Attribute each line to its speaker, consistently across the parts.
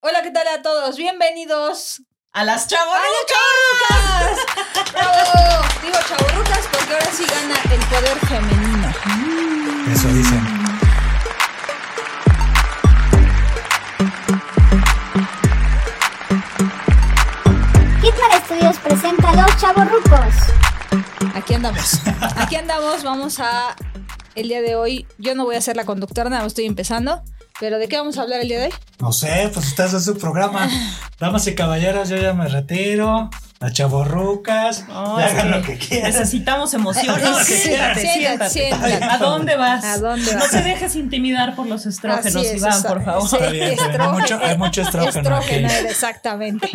Speaker 1: Hola, ¿qué tal a todos? Bienvenidos
Speaker 2: A las chavas.
Speaker 1: a las chavorrucas. Bravo. Digo chavorrucas porque ahora sí gana el poder femenino.
Speaker 3: Eso dicen.
Speaker 4: Kid para Estudios presenta a Los Chavorrucos.
Speaker 1: Aquí andamos. Aquí andamos. Vamos a el día de hoy. Yo no voy a ser la conductora, nada, más estoy empezando. Pero ¿de qué vamos a hablar el día de hoy?
Speaker 3: No sé, pues estás en su programa. Damas y caballeros, yo ya me retiro. Las chavorrucas.
Speaker 2: No,
Speaker 3: ya
Speaker 2: es
Speaker 3: hagan
Speaker 2: que
Speaker 3: lo que quieran.
Speaker 2: Necesitamos emociones.
Speaker 1: Sí,
Speaker 2: siéntate,
Speaker 1: siéntate,
Speaker 2: siéntate.
Speaker 1: siéntate.
Speaker 2: ¿A dónde vas?
Speaker 1: ¿A dónde
Speaker 2: No
Speaker 1: vas?
Speaker 2: te dejes intimidar por los estrógenos,
Speaker 1: Así es,
Speaker 2: Iván,
Speaker 1: esa-
Speaker 2: por favor.
Speaker 1: sí,
Speaker 3: Está bien, está bien. Hay mucho- hay mucho estrógeno
Speaker 1: estrógeno,
Speaker 3: aquí.
Speaker 1: exactamente.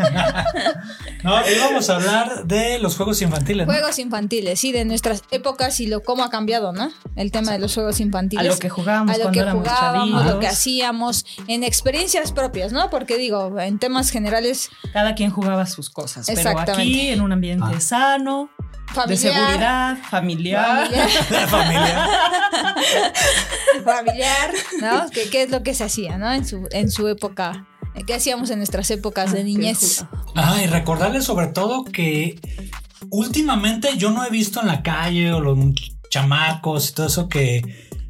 Speaker 3: No, hoy vamos a hablar de los juegos infantiles. ¿no?
Speaker 1: Juegos infantiles, sí, de nuestras épocas y lo cómo ha cambiado, ¿no? El tema de los juegos
Speaker 2: A
Speaker 1: infantiles.
Speaker 2: lo que jugábamos
Speaker 1: a lo
Speaker 2: cuando
Speaker 1: que
Speaker 2: éramos
Speaker 1: jugábamos,
Speaker 2: chavitos.
Speaker 1: lo que hacíamos, en experiencias propias, ¿no? Porque digo, en temas generales
Speaker 2: Cada quien jugaba sus cosas. Pero aquí,
Speaker 1: Exactamente.
Speaker 2: en un ambiente
Speaker 3: Ah.
Speaker 2: sano, de
Speaker 1: familiar,
Speaker 2: seguridad, familiar.
Speaker 1: familiar,
Speaker 3: La familia.
Speaker 1: familiar, ¿no? Que, qué es lo que se hacía, ¿no? En su, en su época, qué hacíamos en nuestras épocas de niñez.
Speaker 3: Ah, y recordarles sobre todo que últimamente yo no he visto en la calle o los chamacos y todo eso que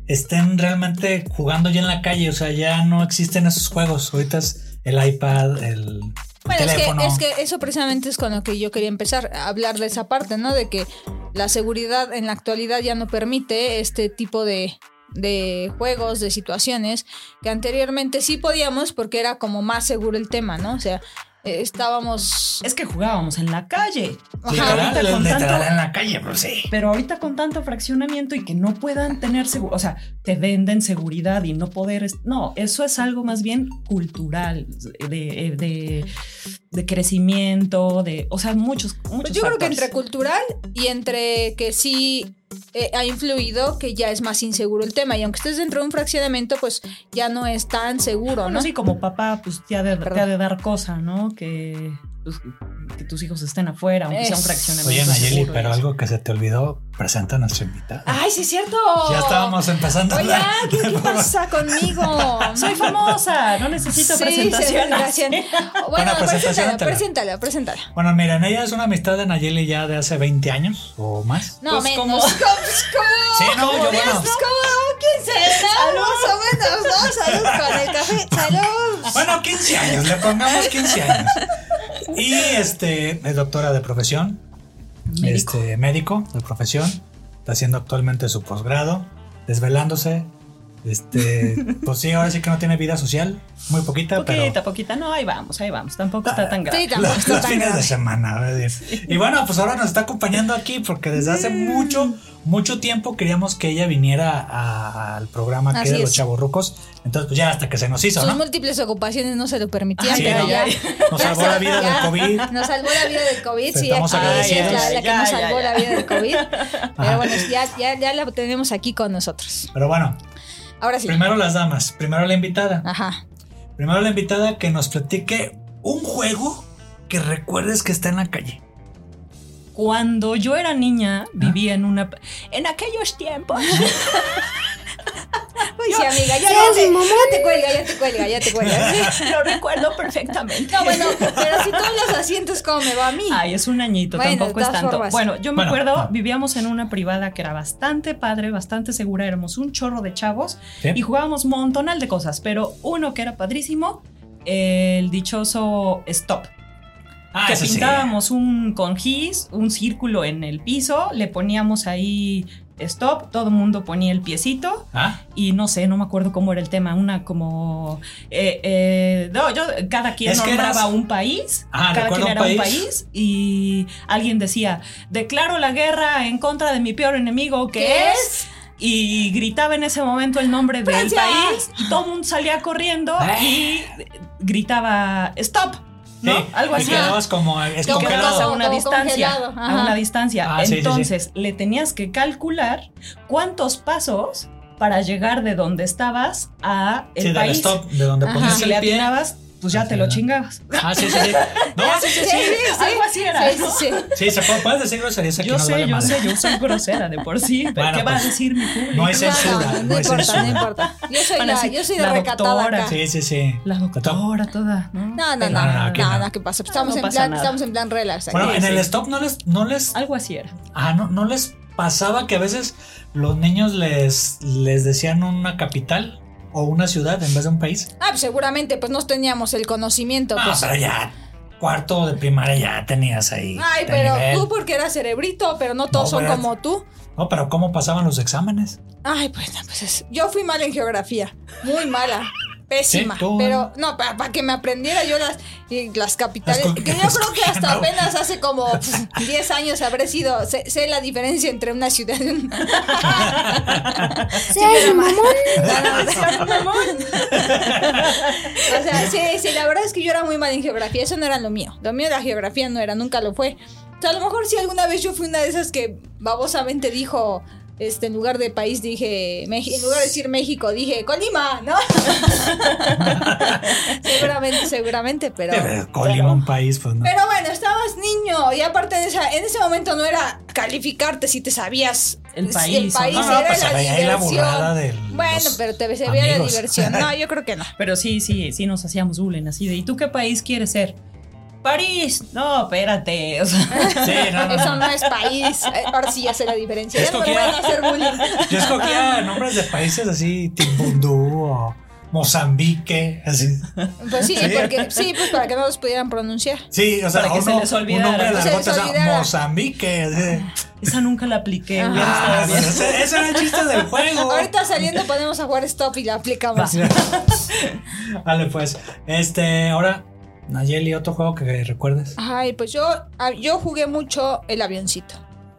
Speaker 3: estén realmente jugando ya en la calle. O sea, ya no existen esos juegos. Ahorita es el iPad, el.
Speaker 1: Bueno, es
Speaker 3: teléfono.
Speaker 1: que, es que eso precisamente es con lo que yo quería empezar, a hablar de esa parte, ¿no? De que la seguridad en la actualidad ya no permite este tipo de, de juegos, de situaciones, que anteriormente sí podíamos porque era como más seguro el tema, ¿no? O sea, eh, estábamos...
Speaker 2: Es que jugábamos en la calle.
Speaker 3: Literal,
Speaker 2: ahorita
Speaker 3: el
Speaker 2: con
Speaker 3: de
Speaker 2: tanto-
Speaker 3: literal en la calle, pues sí.
Speaker 2: Pero ahorita con tanto fraccionamiento y que no puedan tener seguridad, o sea, te venden seguridad y no poder. es- No, eso es algo más bien cultural, de, eh, de, de crecimiento, de. O sea, muchos. muchos
Speaker 1: Pues yo creo que
Speaker 2: factores.
Speaker 1: entre cultural y entre que sí eh, ha influido que ya es más inseguro el tema. Y aunque estés dentro de un fraccionamiento, pues ya no es tan seguro,
Speaker 2: Bueno,
Speaker 1: ¿no?
Speaker 2: sí, como papá, pues te ha de, te ha de dar cosa, ¿no? Que, pues, que tus hijos estén afuera, aunque sea un
Speaker 1: Es-
Speaker 2: fraccionamiento.
Speaker 3: Oye, Nayeli,
Speaker 2: seguro.
Speaker 3: pero algo que se te olvidó, presenta a nuestra invitada.
Speaker 1: ¡Ay, sí es cierto!
Speaker 3: Ya estábamos empezando.
Speaker 1: oh. Oye, ah,
Speaker 3: la-
Speaker 1: ¿qué, qué pasa conmigo?
Speaker 2: Soy famosa, no necesito
Speaker 1: Sí,
Speaker 2: presentación.
Speaker 1: presentación. Bueno,
Speaker 3: Buena presentación,
Speaker 1: preséntala,
Speaker 3: tela.
Speaker 1: preséntala, preséntala.
Speaker 3: Bueno, miren, ella es una amistad de Nayeli ya de hace 20 años o más.
Speaker 1: No,
Speaker 2: Pues,
Speaker 1: menos.
Speaker 2: ¿cómo?
Speaker 1: ¿Cómo? ¿Cómo?
Speaker 3: Sí, no, yo bueno.
Speaker 1: Pues, ¿Cómo? ¿Quién será? Más o menos, ¿no? Salud con el café. Salud.
Speaker 3: Bueno, 15 años, le pongamos 15 años. Y este, es doctora de profesión,
Speaker 2: Médico.
Speaker 3: Este, médico de profesión, está haciendo actualmente su posgrado, desvelándose. Este, pues sí, ahora sí que no tiene vida social, muy poquita, pero
Speaker 2: Poquita, poquita. No, ahí vamos, ahí vamos. Tampoco está tan grave.
Speaker 1: Sí, tampoco
Speaker 3: los,
Speaker 1: está
Speaker 3: los
Speaker 1: tan
Speaker 3: fines de
Speaker 1: grave.
Speaker 3: semana. a ver, Y bueno, pues ahora nos está acompañando aquí porque desde hace mucho, mucho tiempo queríamos que ella viniera a- al programa que
Speaker 1: Así
Speaker 3: era Los
Speaker 1: es.
Speaker 3: Chavorrucos. Entonces, pues ya hasta que se nos hizo,
Speaker 1: Sus
Speaker 3: ¿no?
Speaker 1: múltiples ocupaciones no se lo permitían,
Speaker 2: Ay,
Speaker 1: pero
Speaker 2: no.
Speaker 1: ya.
Speaker 3: Nos salvó la vida del COVID.
Speaker 1: Nos salvó la vida del COVID,
Speaker 3: Pero
Speaker 1: sí,
Speaker 3: estamos
Speaker 1: aquí es
Speaker 3: agradecidos.
Speaker 1: la, la que
Speaker 2: Ya,
Speaker 1: nos
Speaker 2: ya,
Speaker 1: salvó
Speaker 2: ya.
Speaker 1: la vida del COVID. Pero bueno, ya, ya, ya la tenemos aquí con nosotros.
Speaker 3: Pero bueno,
Speaker 1: Ahora sí.
Speaker 3: primero las damas, primero la invitada.
Speaker 2: Ah.
Speaker 1: Ajá.
Speaker 3: Primero la invitada que nos platique un juego que recuerdes que está en la calle.
Speaker 2: Cuando yo era niña,
Speaker 1: Ah.
Speaker 2: vivía en una. En aquellos tiempos.
Speaker 1: Uy, sí, amiga, ya,
Speaker 4: Sí,
Speaker 1: ya te,
Speaker 4: mi mamá.
Speaker 1: ya te cuelga, ya te cuelga, ya te cuelga.
Speaker 2: Lo recuerdo perfectamente.
Speaker 1: No, Ah, bueno, pero si todos los asientos, ¿cómo me va a mí?
Speaker 2: Ay, es un añito,
Speaker 1: Bueno,
Speaker 2: tampoco
Speaker 1: de
Speaker 2: es
Speaker 1: todas
Speaker 2: tanto.
Speaker 1: formas.
Speaker 2: Bueno, yo me
Speaker 3: Bueno,
Speaker 2: acuerdo,
Speaker 3: ah.
Speaker 2: vivíamos en una privada que era bastante padre, bastante segura, éramos un chorro de chavos
Speaker 3: ¿Sí?
Speaker 2: y jugábamos montonal de cosas, pero uno que era padrísimo, el dichoso stop.
Speaker 3: Ah,
Speaker 2: que
Speaker 3: ese sí.
Speaker 2: pintábamos un con gis, un círculo en el piso, le poníamos ahí stop, todo el mundo ponía el piecito
Speaker 3: Ah,
Speaker 2: y no sé, no me acuerdo cómo era el tema, una como... eh, eh, no, yo, cada quien
Speaker 3: Es que
Speaker 2: nombraba
Speaker 3: eras-
Speaker 2: un país,
Speaker 3: Ah,
Speaker 2: cada
Speaker 3: recuerdo
Speaker 2: quien
Speaker 3: un
Speaker 2: era un
Speaker 3: país.
Speaker 2: país y alguien decía, declaro la guerra en contra de mi peor enemigo que
Speaker 1: ¿Qué
Speaker 2: es... Y gritaba en ese momento el nombre del
Speaker 1: Francia.
Speaker 2: país y todo el mundo salía corriendo
Speaker 3: Eh.
Speaker 2: y gritaba, stop, ¿no?
Speaker 3: sí,
Speaker 2: Algo
Speaker 3: te
Speaker 2: así.
Speaker 3: quedabas como
Speaker 2: Y quedabas a
Speaker 3: escongelado.
Speaker 1: Como-
Speaker 2: una
Speaker 1: como
Speaker 2: distancia.
Speaker 1: congelado,
Speaker 2: A
Speaker 1: ajá.
Speaker 2: una distancia.
Speaker 3: Ah, sí, sí, sí.
Speaker 2: Entonces, le tenías que calcular cuántos pasos para llegar de donde estabas a el
Speaker 3: Sí, del
Speaker 2: país.
Speaker 3: stop, de donde
Speaker 1: Ajá.
Speaker 2: Y
Speaker 3: ponías
Speaker 2: si le
Speaker 3: el pie.
Speaker 2: atinabas, pues ya te lo
Speaker 3: Ajá.
Speaker 2: chingabas.
Speaker 3: Ah, sí, sí, sí. No, sí, sí, sí.
Speaker 2: Algo así era.
Speaker 1: Sí,
Speaker 2: ¿no?
Speaker 1: sí, sí.
Speaker 3: Sí, se puede, puedes decir groserías aquí.
Speaker 2: Yo
Speaker 3: nos
Speaker 2: sé,
Speaker 3: vale
Speaker 2: yo
Speaker 3: madre.
Speaker 2: sé, yo soy grosera de por sí, pero
Speaker 3: Bueno,
Speaker 2: ¿qué va a
Speaker 3: pues,
Speaker 2: decir mi público?
Speaker 3: no es
Speaker 1: No,
Speaker 3: censura,
Speaker 1: no, no,
Speaker 3: no es
Speaker 1: importa,
Speaker 3: censura.
Speaker 1: no importa. Yo soy
Speaker 2: Van a
Speaker 1: la,
Speaker 2: decir,
Speaker 1: yo soy la,
Speaker 2: la
Speaker 1: recatada
Speaker 2: doctora.
Speaker 1: acá.
Speaker 3: Sí, sí, sí.
Speaker 2: La doctora toda, ¿no?
Speaker 1: No, no, no,
Speaker 3: No, no,
Speaker 1: no,
Speaker 3: aquí
Speaker 1: no,
Speaker 3: no.
Speaker 1: no, ¿qué pasa? Pues Estamos,
Speaker 2: No
Speaker 1: en
Speaker 2: pasa
Speaker 1: plan,
Speaker 2: nada.
Speaker 1: estamos en plan relax. aquí.
Speaker 3: Bueno, en
Speaker 2: sí.
Speaker 3: el stop no les, no les,
Speaker 2: Algo así era.
Speaker 3: ah, no, no les pasaba que a veces los niños les, les decían una capital o una ciudad en vez de un país.
Speaker 1: Ah, pues seguramente pues no teníamos el conocimiento.
Speaker 3: Ah,
Speaker 1: pues.
Speaker 3: pero ya, cuarto de primaria ya tenías ahí.
Speaker 1: Ay,
Speaker 3: de
Speaker 1: pero
Speaker 3: nivel.
Speaker 1: tú porque eras cerebrito, pero no todos
Speaker 3: No,
Speaker 1: son
Speaker 3: ¿verdad?
Speaker 1: como tú.
Speaker 3: No, pero ¿cómo pasaban los exámenes?
Speaker 1: Ay, pues, no, pues es- yo fui mal en geografía, muy mala. Pésima,
Speaker 3: Sí, tú- ¿eh?
Speaker 1: pero no, para, que me aprendiera yo las, y las capitales,
Speaker 3: Las co-
Speaker 1: que yo creo que hasta
Speaker 3: no.
Speaker 1: apenas hace como pf, 10 años habré sido, sé, sé la diferencia entre una ciudad y una...
Speaker 4: Seas mamón.
Speaker 1: O sea, sí, sí, la verdad es que yo era muy mal en geografía, eso no era lo mío. Lo mío era geografía, no era, nunca lo fue. O sea, a lo mejor si alguna vez yo fui una de esas que babosamente dijo, este, en lugar de país dije, Meji- en lugar de decir México, dije Colima, ¿no? seguramente, seguramente, pero...
Speaker 3: Pero Colima, un país, pues no.
Speaker 1: Pero bueno, estabas niño y aparte en, esa- en ese momento no era calificarte si te sabías
Speaker 2: El
Speaker 1: si
Speaker 2: país, ¿o
Speaker 1: país,
Speaker 2: no?
Speaker 3: No, no,
Speaker 1: era
Speaker 3: pues,
Speaker 1: la
Speaker 3: ahí hay la
Speaker 1: diversión.
Speaker 3: burrada de
Speaker 1: bueno,
Speaker 3: los
Speaker 1: pero te se veía la
Speaker 3: amigos.
Speaker 1: diversión. No, yo creo que no.
Speaker 2: Pero sí, sí, sí nos hacíamos bullying así de, ¿y tú qué país quieres ser? París. No, espérate. O sea,
Speaker 3: Sí, no, no,
Speaker 1: Eso
Speaker 3: no.
Speaker 1: no es país. Eh, Ahora sí ya sé la diferencia. Ya no me
Speaker 3: Escogía-
Speaker 1: van a hacer bullying.
Speaker 3: Yo escogía nombres de países así, Timbuktu o Mozambique, así.
Speaker 1: Pues sí,
Speaker 3: Sí.
Speaker 1: porque sí, pues para que no los pudieran pronunciar.
Speaker 3: Sí, o sea,
Speaker 2: Para que
Speaker 3: o
Speaker 2: se
Speaker 3: no,
Speaker 2: les
Speaker 3: un
Speaker 2: olvidara.
Speaker 3: nombre de
Speaker 1: Que se les
Speaker 3: largotas, o sea,
Speaker 1: olvidara.
Speaker 3: Mozambique. así.
Speaker 2: esa nunca la apliqué.
Speaker 1: Ajá.
Speaker 2: hubiera estado
Speaker 3: Ah,
Speaker 2: bien.
Speaker 3: bueno, ese, ese era el chiste del juego.
Speaker 1: Ahorita saliendo podemos a jugar stop y la aplicamos.
Speaker 3: Vale, pues, este, ahora, Nayeli, otro juego que recuerdes.
Speaker 1: Ay, pues yo, ah, yo jugué mucho el avioncito.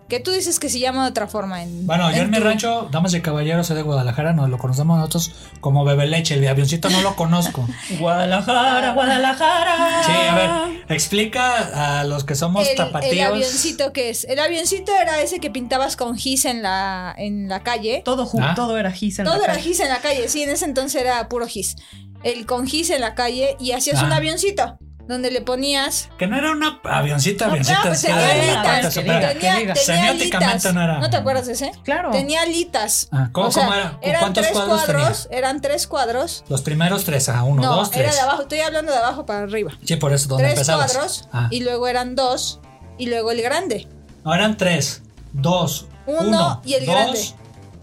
Speaker 1: Que tú dices que se llama de otra forma en.
Speaker 3: Bueno, yo en mi
Speaker 1: tu-
Speaker 3: rancho, damas y caballeros, soy de Guadalajara, nos lo conocemos nosotros como Bebe Leche, el avioncito no lo conozco.
Speaker 2: Guadalajara, Guadalajara.
Speaker 3: Sí, a ver, explica a los que somos
Speaker 1: Ah. El,
Speaker 3: tapatíos.
Speaker 1: el avioncito que es. El avioncito era ese que pintabas con gis en la, en la calle.
Speaker 2: Todo, ju-
Speaker 3: Ah.
Speaker 2: todo era gis en la
Speaker 1: Todo era
Speaker 2: calle.
Speaker 1: gis en la calle, sí, en ese entonces era puro gis. El con gis en la calle y hacías
Speaker 3: Ah.
Speaker 1: un avioncito donde le ponías
Speaker 3: Que no era una avioncita,
Speaker 1: No,
Speaker 3: avioncita.
Speaker 1: no, pues
Speaker 3: así
Speaker 1: tenía
Speaker 3: de
Speaker 2: alitas,
Speaker 3: la pata
Speaker 2: que
Speaker 3: supera.
Speaker 2: diga.
Speaker 1: Tenía, tenía
Speaker 3: Semióticamente
Speaker 1: alitas.
Speaker 3: no era.
Speaker 1: te acuerdas de ese?
Speaker 2: Claro.
Speaker 1: Tenía alitas.
Speaker 3: Ah, ¿cómo-
Speaker 1: O sea,
Speaker 3: cómo era?
Speaker 1: Eran
Speaker 3: ¿Cuántos
Speaker 1: tres
Speaker 3: cuadros
Speaker 1: cuadros, eran tres cuadros.
Speaker 3: Los primeros tres, a uno,
Speaker 1: no,
Speaker 3: dos,
Speaker 1: era
Speaker 3: tres.
Speaker 1: de abajo, estoy hablando de abajo para arriba.
Speaker 3: Sí, por eso, ¿dónde
Speaker 1: tres
Speaker 3: empezabas?
Speaker 1: cuadros
Speaker 3: Ah,
Speaker 1: y luego eran dos y luego el grande.
Speaker 3: No, eran tres, dos,
Speaker 1: Uno,
Speaker 3: uno,
Speaker 1: y el
Speaker 3: dos,
Speaker 1: grande.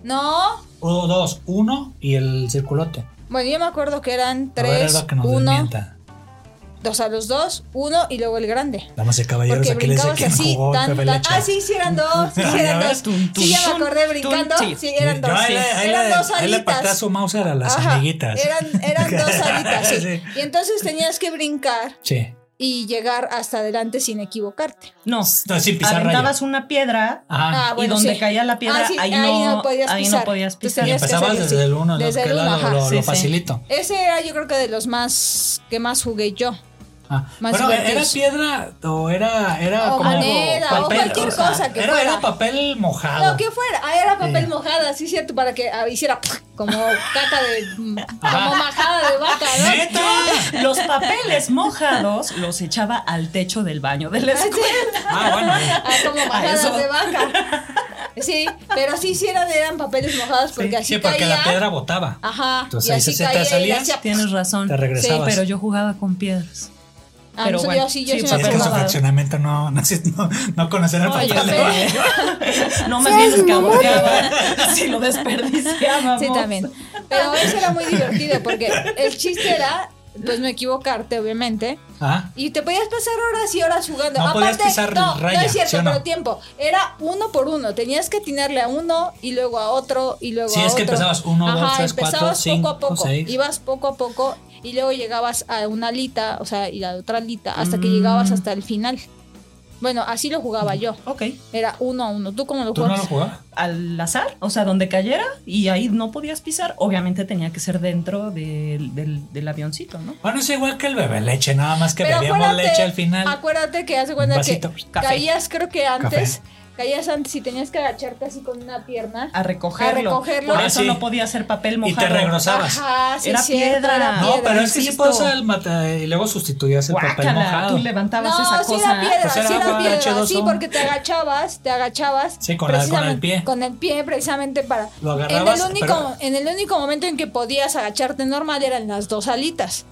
Speaker 1: No.
Speaker 3: o dos, uno y el circulote.
Speaker 1: Bueno, yo me acuerdo que eran
Speaker 3: a ver,
Speaker 1: tres,
Speaker 3: Elba, que nos
Speaker 1: uno,
Speaker 3: desmienta.
Speaker 1: dos a los dos, uno y luego el grande.
Speaker 3: Damas y caballeros,
Speaker 1: Porque
Speaker 3: aquí les dice
Speaker 1: brincabas
Speaker 3: quién
Speaker 1: así,
Speaker 3: jugó
Speaker 1: tan,
Speaker 3: Pepe
Speaker 1: tan.
Speaker 3: Leche.
Speaker 1: Ah, sí, sí eran dos. Sí,
Speaker 3: Ah,
Speaker 1: sí
Speaker 3: ya
Speaker 1: eran
Speaker 3: ves,
Speaker 1: dos.
Speaker 2: tum, tum,
Speaker 1: Sí, ya me
Speaker 2: tum,
Speaker 1: acordé
Speaker 2: tum,
Speaker 1: brincando.
Speaker 2: sí.
Speaker 1: Sí, eran dos.
Speaker 3: Yo ahí
Speaker 1: sí.
Speaker 3: le, ahí
Speaker 1: Eran
Speaker 3: le-
Speaker 1: dos
Speaker 3: ahí le
Speaker 1: alitas.
Speaker 3: patea su Mauser a las
Speaker 1: Ajá,
Speaker 3: amiguitas.
Speaker 1: Eran, eran dos alitas, sí.
Speaker 3: Sí.
Speaker 1: Y entonces tenías que brincar
Speaker 3: Sí.
Speaker 1: y llegar hasta adelante sin equivocarte.
Speaker 2: No,
Speaker 3: No, sin pisar rayas.
Speaker 2: aventabas una piedra
Speaker 3: Ajá.
Speaker 1: Ah, bueno,
Speaker 2: y donde
Speaker 1: sí.
Speaker 2: caía la piedra,
Speaker 1: Ah, sí,
Speaker 2: ahí, no, ahí no podías
Speaker 1: Entonces
Speaker 2: pisar.
Speaker 3: y
Speaker 1: tenías que
Speaker 3: empezabas
Speaker 1: hacer
Speaker 3: desde
Speaker 1: así,
Speaker 3: el uno,
Speaker 1: desde
Speaker 3: lo,
Speaker 1: el
Speaker 3: que
Speaker 1: uno,
Speaker 3: era lo,
Speaker 1: ajá.
Speaker 3: lo- lo
Speaker 2: Sí, sí.
Speaker 3: facilito.
Speaker 1: Ese era yo creo que de los más que más jugué yo.
Speaker 3: Ah,
Speaker 1: Más
Speaker 3: bueno, era
Speaker 1: divertidos.
Speaker 3: piedra o era, era
Speaker 1: O
Speaker 3: como algo-
Speaker 1: moneda, o cualquier cosa que
Speaker 3: era,
Speaker 1: fuera.
Speaker 3: era papel mojado.
Speaker 1: Lo que fuera, ah, era papel
Speaker 3: Sí.
Speaker 1: mojada, sí cierto, para que ah, hiciera como caca de mm,
Speaker 3: Ajá.
Speaker 1: como majada de vaca, ¿no?
Speaker 3: ¡Neta!
Speaker 2: Los papeles mojados los echaba al techo del baño de la escuela.
Speaker 3: Ah, bueno. eh.
Speaker 1: Ah, como
Speaker 2: eso.
Speaker 1: majadas de vaca. Sí, pero sí, sí eran, eran papeles mojados porque así
Speaker 3: Sí, porque
Speaker 1: caía. Ah,
Speaker 3: la piedra botaba.
Speaker 1: Ajá.
Speaker 3: Entonces
Speaker 1: y
Speaker 3: ahí
Speaker 1: así
Speaker 3: se- te
Speaker 1: caía y
Speaker 3: salías.
Speaker 1: hacía-
Speaker 2: Tienes razón.
Speaker 3: Te regresabas.
Speaker 2: Sí, pero yo jugaba con piedras.
Speaker 1: Ah,
Speaker 2: Pero
Speaker 1: no,
Speaker 2: bueno,
Speaker 1: yo sí, yo
Speaker 2: sí,
Speaker 1: sí,
Speaker 3: Sí,
Speaker 1: me
Speaker 3: es que en su
Speaker 1: acordaba.
Speaker 3: fraccionamiento no, no, no, no conocían el
Speaker 2: Oye,
Speaker 3: papel de
Speaker 1: sí.
Speaker 3: baño.
Speaker 2: No más bien escamoteaba si lo desperdiciábamos.
Speaker 1: Sí, también. Pero eso era muy divertido porque el chiste era, pues no equivocarte, obviamente.
Speaker 3: Ah,
Speaker 1: Y te podías pasar horas y horas jugando.
Speaker 3: No podías pisar
Speaker 1: no,
Speaker 3: raya,
Speaker 1: no es cierto,
Speaker 3: ¿sí o no?
Speaker 1: pero tiempo. Era uno por uno. Tenías que atinarle a uno y luego a otro y luego
Speaker 3: Sí,
Speaker 1: a
Speaker 3: es
Speaker 1: otro.
Speaker 3: que empezabas uno,
Speaker 1: Ajá,
Speaker 3: dos, tres,
Speaker 1: empezabas
Speaker 3: cuatro,
Speaker 1: poco
Speaker 3: cinco,
Speaker 1: a poco.
Speaker 3: seis.
Speaker 1: Ibas poco a poco y luego llegabas a una alita, o sea, y a otra alita, hasta
Speaker 3: Mm.
Speaker 1: que llegabas hasta el final. Bueno, así lo jugaba yo.
Speaker 2: Ok.
Speaker 1: Era uno a uno. ¿Tú cómo lo
Speaker 3: ¿tú no
Speaker 1: jugabas?
Speaker 3: lo jugabas?
Speaker 2: Al azar, o sea, donde cayera y ahí no podías pisar. Obviamente tenía que ser dentro del, del- del avioncito, ¿no?
Speaker 3: Bueno, es igual que el bebé leche, nada más que
Speaker 1: Pero
Speaker 3: bebíamos
Speaker 1: acuérdate-
Speaker 3: leche al final.
Speaker 1: Acuérdate que hace
Speaker 3: Un
Speaker 1: cuenta que
Speaker 3: vasito.
Speaker 2: Café.
Speaker 1: caías, creo que antes, caías antes y tenías que agacharte así con una pierna.
Speaker 2: A recogerlo.
Speaker 1: A recogerlo.
Speaker 2: Por
Speaker 1: Ah,
Speaker 2: eso
Speaker 3: sí.
Speaker 2: no podía ser papel mojado.
Speaker 3: Y te regresabas.
Speaker 1: Ajá, sí,
Speaker 2: Era
Speaker 1: es cierto,
Speaker 2: piedra.
Speaker 1: era
Speaker 3: No, pero es que sí
Speaker 2: insisto.
Speaker 3: puedes el mata y luego sustituías el papel
Speaker 2: Guácala,
Speaker 3: mojado.
Speaker 2: tú levantabas
Speaker 1: no,
Speaker 2: esa
Speaker 1: sí
Speaker 2: cosa. ¿eh?
Speaker 1: era piedra,
Speaker 3: Pues era
Speaker 1: sí era
Speaker 3: agua
Speaker 1: piedra,
Speaker 3: H2O.
Speaker 1: sí, porque te agachabas, te agachabas.
Speaker 3: Sí, con la- con el
Speaker 1: precisamente-
Speaker 3: pie.
Speaker 1: Con el pie, precisamente para...
Speaker 3: Lo
Speaker 1: En el,
Speaker 3: agarrabas,
Speaker 1: único,
Speaker 3: pero-
Speaker 1: en el único momento en que podías agacharte normal eran las dos alitas.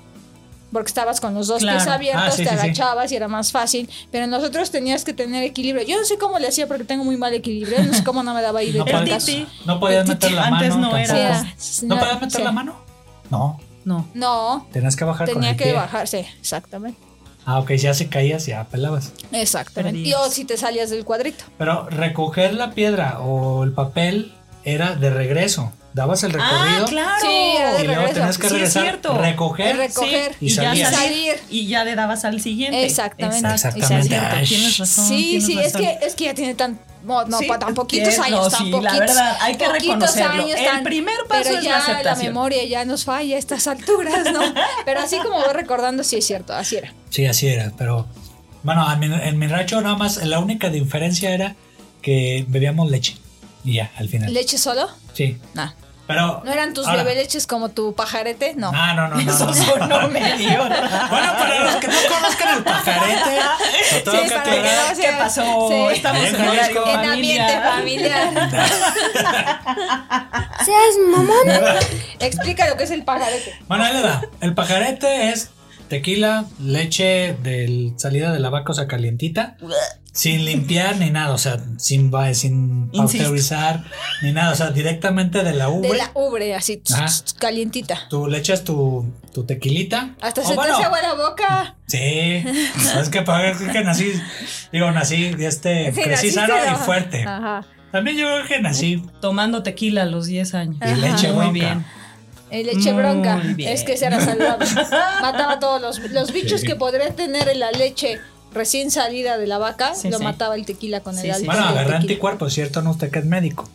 Speaker 1: Porque estabas con los dos
Speaker 2: Claro.
Speaker 1: pies abiertos,
Speaker 3: Ah, sí,
Speaker 1: te
Speaker 3: sí, sí.
Speaker 1: agachabas y era más fácil. Pero nosotros tenías que tener equilibrio. Yo no sé cómo le hacía porque tengo muy mal equilibrio. No sé cómo no me daba ahí de
Speaker 3: No pues,
Speaker 2: El
Speaker 1: trancazo.
Speaker 3: podías,
Speaker 1: Sí,
Speaker 2: titi.
Speaker 3: no podías
Speaker 2: El
Speaker 3: meter
Speaker 2: titi
Speaker 3: la mano.
Speaker 2: antes no
Speaker 3: tampoco.
Speaker 2: era.
Speaker 1: era-
Speaker 3: ¿No podías meter
Speaker 1: sí.
Speaker 3: la mano? No,
Speaker 2: No.
Speaker 1: No,
Speaker 3: tenías que bajar con
Speaker 1: tenía
Speaker 3: el
Speaker 1: que
Speaker 3: pie.
Speaker 1: bajarse, exactamente.
Speaker 3: Ah, ok, ya se caías, ya pelabas.
Speaker 1: Exactamente. Y
Speaker 2: Perdías.
Speaker 1: o si te salías del cuadrito.
Speaker 3: Pero recoger la piedra o el papel era de regreso. Dabas el recorrido
Speaker 2: Ah, claro.
Speaker 1: Sí, era de
Speaker 3: y luego
Speaker 1: regreso.
Speaker 3: tenías que
Speaker 2: Sí, es
Speaker 3: regresar,
Speaker 2: cierto.
Speaker 3: recoger.
Speaker 1: Re- Recoger
Speaker 3: y salir.
Speaker 2: ya
Speaker 1: Salir.
Speaker 2: Y ya le dabas al siguiente.
Speaker 1: Exactamente.
Speaker 2: Exacto,
Speaker 3: Exactamente.
Speaker 2: es cierto,
Speaker 3: Ay,
Speaker 2: tienes razón.
Speaker 1: Sí,
Speaker 2: tienes
Speaker 1: sí, es
Speaker 2: razón.
Speaker 1: que, es que ya tiene tan. No, no,
Speaker 2: Sí,
Speaker 1: pa- tan poquitos
Speaker 2: es-
Speaker 1: años,
Speaker 2: no,
Speaker 1: tan
Speaker 2: sí, la
Speaker 1: poquitos.
Speaker 2: verdad, hay que
Speaker 1: poquitos
Speaker 2: reconocerlo.
Speaker 1: años
Speaker 2: El primer paso
Speaker 1: pero
Speaker 2: es la
Speaker 1: ya
Speaker 2: aceptación.
Speaker 1: memoria ya nos falla a estas alturas, ¿no? pero así como voy recordando, sí es cierto, así era.
Speaker 3: Sí, así era, pero bueno, a mi- en mi rancho nada más la única diferencia era que bebíamos leche y ya, al final.
Speaker 1: ¿Leche solo?
Speaker 3: sí,
Speaker 1: No.
Speaker 3: pero
Speaker 1: ¿No eran tus
Speaker 3: ahora-
Speaker 1: bebeleches como tu pajarete? No.
Speaker 3: Ah, no, no, no.
Speaker 2: Eso
Speaker 3: no.
Speaker 2: sonó medio raro.
Speaker 3: Bueno, para los que no conozcan el pajarete, lo tengo
Speaker 1: Sí,
Speaker 3: que
Speaker 1: para que
Speaker 3: aclarar.
Speaker 1: no se-
Speaker 2: ¿Qué pasó?
Speaker 1: Sí.
Speaker 2: Estamos
Speaker 3: Bien,
Speaker 2: en horario
Speaker 3: Jalisco.
Speaker 1: En ambiente familiar.
Speaker 4: Seas mamón.
Speaker 1: Explica lo que es el pajarete.
Speaker 3: Bueno, ahí le da. El pajarete es tequila, leche de salida de la vaca, o sea, calientita. Sin limpiar ni nada, o sea, sin, va- sin
Speaker 2: Insisto.
Speaker 3: pasteurizar ni nada, o sea, directamente de la uva.
Speaker 1: De la ubre, así, tss,
Speaker 3: Ajá.
Speaker 1: tss, calientita.
Speaker 3: Tú le echas tu, tu tequilita.
Speaker 1: Hasta
Speaker 3: O
Speaker 1: se
Speaker 3: bueno,
Speaker 1: te hace agua la boca.
Speaker 3: Sí, es que para es que nací, digo, nací, este,
Speaker 1: Sí,
Speaker 3: crecí
Speaker 1: naciste,
Speaker 3: sano y
Speaker 1: ajá. Ah.
Speaker 3: fuerte.
Speaker 1: Ajá.
Speaker 3: También yo creo que nací
Speaker 2: Tomando tequila a los 10 años.
Speaker 3: y leche
Speaker 2: Muy
Speaker 3: bronca.
Speaker 2: bien.
Speaker 1: Eh, leche
Speaker 2: Muy
Speaker 1: bronca.
Speaker 2: bien.
Speaker 1: Es que se era saludable. Mataba todos los, los bichos
Speaker 3: Sí.
Speaker 1: que podría tener en la leche recién salida de la vaca.
Speaker 2: Sí,
Speaker 1: lo
Speaker 2: sí.
Speaker 1: mataba el tequila con
Speaker 2: Sí,
Speaker 1: el
Speaker 2: sí.
Speaker 1: alcohol.
Speaker 3: Bueno,
Speaker 1: del
Speaker 3: agarré
Speaker 1: tequila.
Speaker 3: anticuerpos, ¿cierto? No, usted que es médico.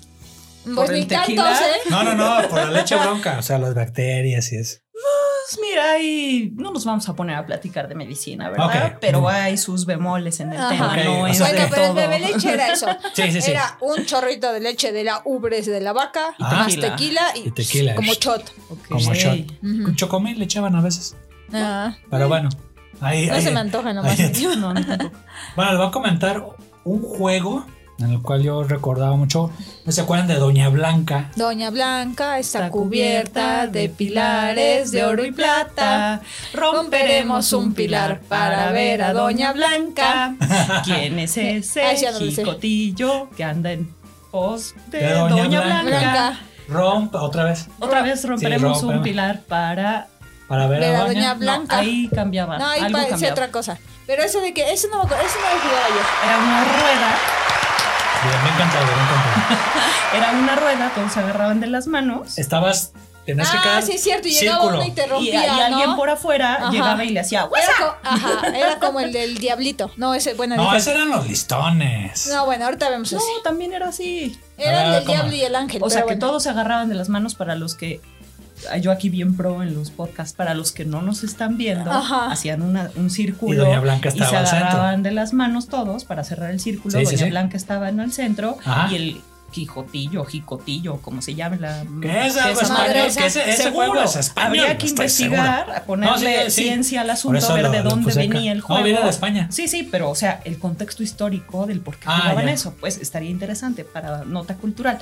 Speaker 1: Pues
Speaker 2: por el
Speaker 1: ni tantos,
Speaker 2: tequila.
Speaker 1: ¿eh?
Speaker 3: No, no, no, por la leche bronca, o sea, las bacterias y eso.
Speaker 2: Pues mira, ahí no nos vamos a poner a platicar de medicina, ¿verdad?
Speaker 3: Ok.
Speaker 2: Pero
Speaker 3: Mm.
Speaker 2: hay sus bemoles en el
Speaker 1: Ajá.
Speaker 2: tema,
Speaker 3: Ok,
Speaker 2: no
Speaker 3: o
Speaker 2: es
Speaker 3: sea,
Speaker 2: pues de
Speaker 1: Bueno, pero el
Speaker 2: todo.
Speaker 1: bebé leche era eso.
Speaker 3: Sí, sí, sí.
Speaker 1: Era un chorrito de leche de la ubres de la vaca,
Speaker 3: Ah.
Speaker 1: más tequila y,
Speaker 3: Y tequila.
Speaker 1: como shot.
Speaker 2: Ok.
Speaker 3: Como shot.
Speaker 1: Ujú.
Speaker 3: Con chocomil le echaban a veces.
Speaker 1: Ah,
Speaker 3: Pero bueno. Ahí,
Speaker 1: no
Speaker 3: ahí-
Speaker 1: se me antoja nomás.
Speaker 3: ahí-
Speaker 2: No, no tampoco.
Speaker 3: Bueno, les voy a comentar un juego en el cual yo recordaba mucho. ¿No se acuerdan de Doña Blanca?
Speaker 1: Doña Blanca está cubierta de pilares de oro y plata.
Speaker 2: Romperemos un pilar para ver a Doña Blanca. ¿Quién es ese
Speaker 1: Ay, ya no me sé.
Speaker 2: chicotillo que anda en pos de,
Speaker 3: De Doña
Speaker 2: Doña,
Speaker 3: Blanca.
Speaker 2: Blanca?
Speaker 1: Blanca.
Speaker 3: Romp, otra vez.
Speaker 2: Otra vez romperemos
Speaker 3: Sí,
Speaker 2: un
Speaker 3: rompemos.
Speaker 2: pilar para.
Speaker 3: Para ver
Speaker 1: Ver
Speaker 3: a
Speaker 1: a
Speaker 3: Doña.
Speaker 1: Doña
Speaker 2: No,
Speaker 1: Blanca.
Speaker 2: ahí cambiaba.
Speaker 1: No, ahí
Speaker 2: algo
Speaker 1: parecía
Speaker 2: cambiaba.
Speaker 1: otra cosa. Pero eso de que, eso no me acuerdo, eso no lo jugaba yo.
Speaker 2: Era una rueda.
Speaker 3: Bien, me encantado, me encantado.
Speaker 2: Era una rueda, todos se agarraban de las manos.
Speaker 3: Estabas, tenías que
Speaker 1: Ah,
Speaker 3: quedar
Speaker 1: sí, es cierto, y llegaba
Speaker 3: círculo.
Speaker 1: uno y te
Speaker 2: Y, y
Speaker 1: rompía, ¿no?
Speaker 2: alguien por afuera
Speaker 1: Ajá.
Speaker 2: llegaba y le hacía. "What's
Speaker 1: Era
Speaker 2: up?".
Speaker 1: co- ajá, era como el del diablito. No, ese, bueno,
Speaker 3: No,
Speaker 1: dije-
Speaker 3: esos eran los listones.
Speaker 1: no, bueno, ahorita vemos
Speaker 2: No,
Speaker 1: ese.
Speaker 2: también era así.
Speaker 1: Era el
Speaker 3: Ah,
Speaker 1: del
Speaker 3: ¿cómo?
Speaker 1: diablo y el ángel.
Speaker 2: O sea,
Speaker 1: pero
Speaker 2: que
Speaker 1: bueno.
Speaker 2: todos se agarraban de las manos para los que. ah, Yo aquí bien pro en los podcasts, para los que no nos están viendo,
Speaker 1: Ajá.
Speaker 2: hacían una- un círculo
Speaker 3: Y Doña Blanca
Speaker 2: y se
Speaker 3: estaba al centro.
Speaker 2: agarraban de las manos todos para cerrar el círculo.
Speaker 3: Sí, sí,
Speaker 2: Doña
Speaker 3: sí.
Speaker 2: Blanca estaba en el centro
Speaker 3: Ajá.
Speaker 2: y el Quijotillo, Jicotillo, como se llame la.
Speaker 3: Que es algo
Speaker 2: esa
Speaker 3: español,
Speaker 2: madre,
Speaker 3: que ese- ese
Speaker 2: seguro.
Speaker 3: juego es español,
Speaker 2: Habría que
Speaker 3: estoy
Speaker 2: investigar,
Speaker 3: seguro.
Speaker 2: ponerle
Speaker 3: No, sí, sí.
Speaker 2: ciencia al
Speaker 3: Por
Speaker 2: asunto,
Speaker 3: eso
Speaker 2: a ver
Speaker 3: lo-
Speaker 2: de
Speaker 3: lo
Speaker 2: dónde
Speaker 3: puse acá.
Speaker 2: venía el juego.
Speaker 3: No, viene de España.
Speaker 2: Sí, sí, pero o sea, el contexto histórico del por qué
Speaker 3: Ah,
Speaker 2: jugaban
Speaker 3: ya.
Speaker 2: eso, pues estaría interesante para nota cultural.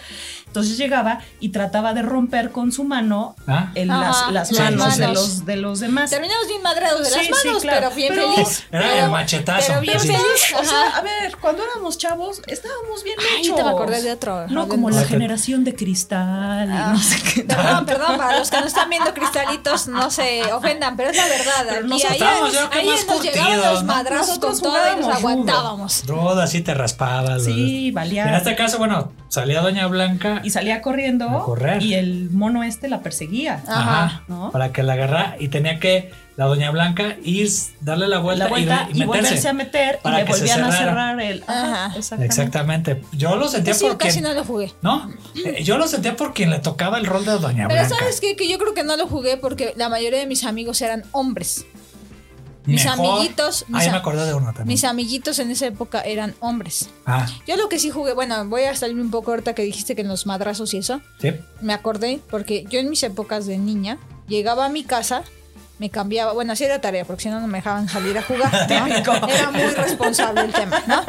Speaker 2: Entonces llegaba y trataba de romper con su mano
Speaker 3: Ah.
Speaker 2: en
Speaker 1: Ajá,
Speaker 2: las, las
Speaker 3: las
Speaker 2: manos, De,
Speaker 3: manos.
Speaker 2: los, de los demás.
Speaker 1: Terminamos bien madreados de las
Speaker 2: Sí, sí,
Speaker 1: manos,
Speaker 2: claro.
Speaker 1: pero bien
Speaker 2: Pero-
Speaker 1: feliz.
Speaker 3: Era
Speaker 1: pero,
Speaker 3: el machetazo,
Speaker 1: Pero bien
Speaker 3: así.
Speaker 1: feliz.
Speaker 2: O sea,
Speaker 1: Ajá.
Speaker 2: a ver, cuando éramos chavos estábamos bien
Speaker 1: Ay,
Speaker 2: hechos.
Speaker 1: te me acordé de otro.
Speaker 2: No
Speaker 1: Hablando-
Speaker 2: como la
Speaker 3: Ok.
Speaker 2: generación de cristal y
Speaker 1: Ah,
Speaker 2: no sé qué.
Speaker 1: Perdón, perdón, para los que no están viendo cristalitos, no se ofendan, pero es la verdad.
Speaker 2: Pero
Speaker 1: Aquí,
Speaker 2: nosotros
Speaker 1: ayer,
Speaker 3: estábamos, yo creo que
Speaker 1: ayer
Speaker 3: más
Speaker 1: nos llegaban
Speaker 3: curtidos,
Speaker 1: los
Speaker 3: ¿no?
Speaker 1: madrazos con
Speaker 2: Nosotros
Speaker 1: todo y nos
Speaker 2: jugábamos rudo.
Speaker 1: aguantábamos.
Speaker 3: Roda, así te raspabas.
Speaker 2: Sí,
Speaker 3: En
Speaker 2: valía.
Speaker 3: este caso, bueno, salía Doña Blanca
Speaker 2: Y salía corriendo
Speaker 3: A correr.
Speaker 2: y el mono este la perseguía.
Speaker 1: Ajá.
Speaker 3: Ajá.
Speaker 2: ¿No?
Speaker 3: para que la agarrara y tenía que la Doña Blanca ir, darle la vuelta,
Speaker 2: la
Speaker 3: y
Speaker 2: vuelta
Speaker 3: re-
Speaker 2: y,
Speaker 3: y,
Speaker 2: volverse
Speaker 3: meterse.
Speaker 2: a meter y
Speaker 3: para
Speaker 2: le
Speaker 3: que se
Speaker 2: volvían a
Speaker 3: cerrara.
Speaker 2: cerrar el. Ajá,
Speaker 1: Ajá.
Speaker 2: exactamente.
Speaker 3: Exactamente. Yo lo sentía
Speaker 1: Ese yo
Speaker 3: porque.
Speaker 1: Pues casi no lo jugué.
Speaker 3: No, eh, yo lo sentía por quien le tocaba el rol de Doña
Speaker 1: Pero
Speaker 3: Blanca.
Speaker 1: sabes qué? que yo creo que no lo jugué porque la mayoría de mis amigos eran hombres. Mis
Speaker 3: Mejor.
Speaker 1: amiguitos,
Speaker 3: Ah,
Speaker 1: mis,
Speaker 3: ya
Speaker 1: a-
Speaker 3: me acordé de uno también.
Speaker 1: mis amiguitos en esa época eran hombres.
Speaker 3: Ah,
Speaker 1: Yo lo que sí jugué, bueno, voy a salirme un poco ahorita que dijiste que en los madrazos y eso.
Speaker 3: sí.
Speaker 1: Me acordé porque yo en mis épocas de niña llegaba a mi casa, me cambiaba, bueno, así era tarea porque si no no me dejaban salir a jugar. ¿no?
Speaker 2: Típico.
Speaker 1: Era muy responsable el tema, ¿no?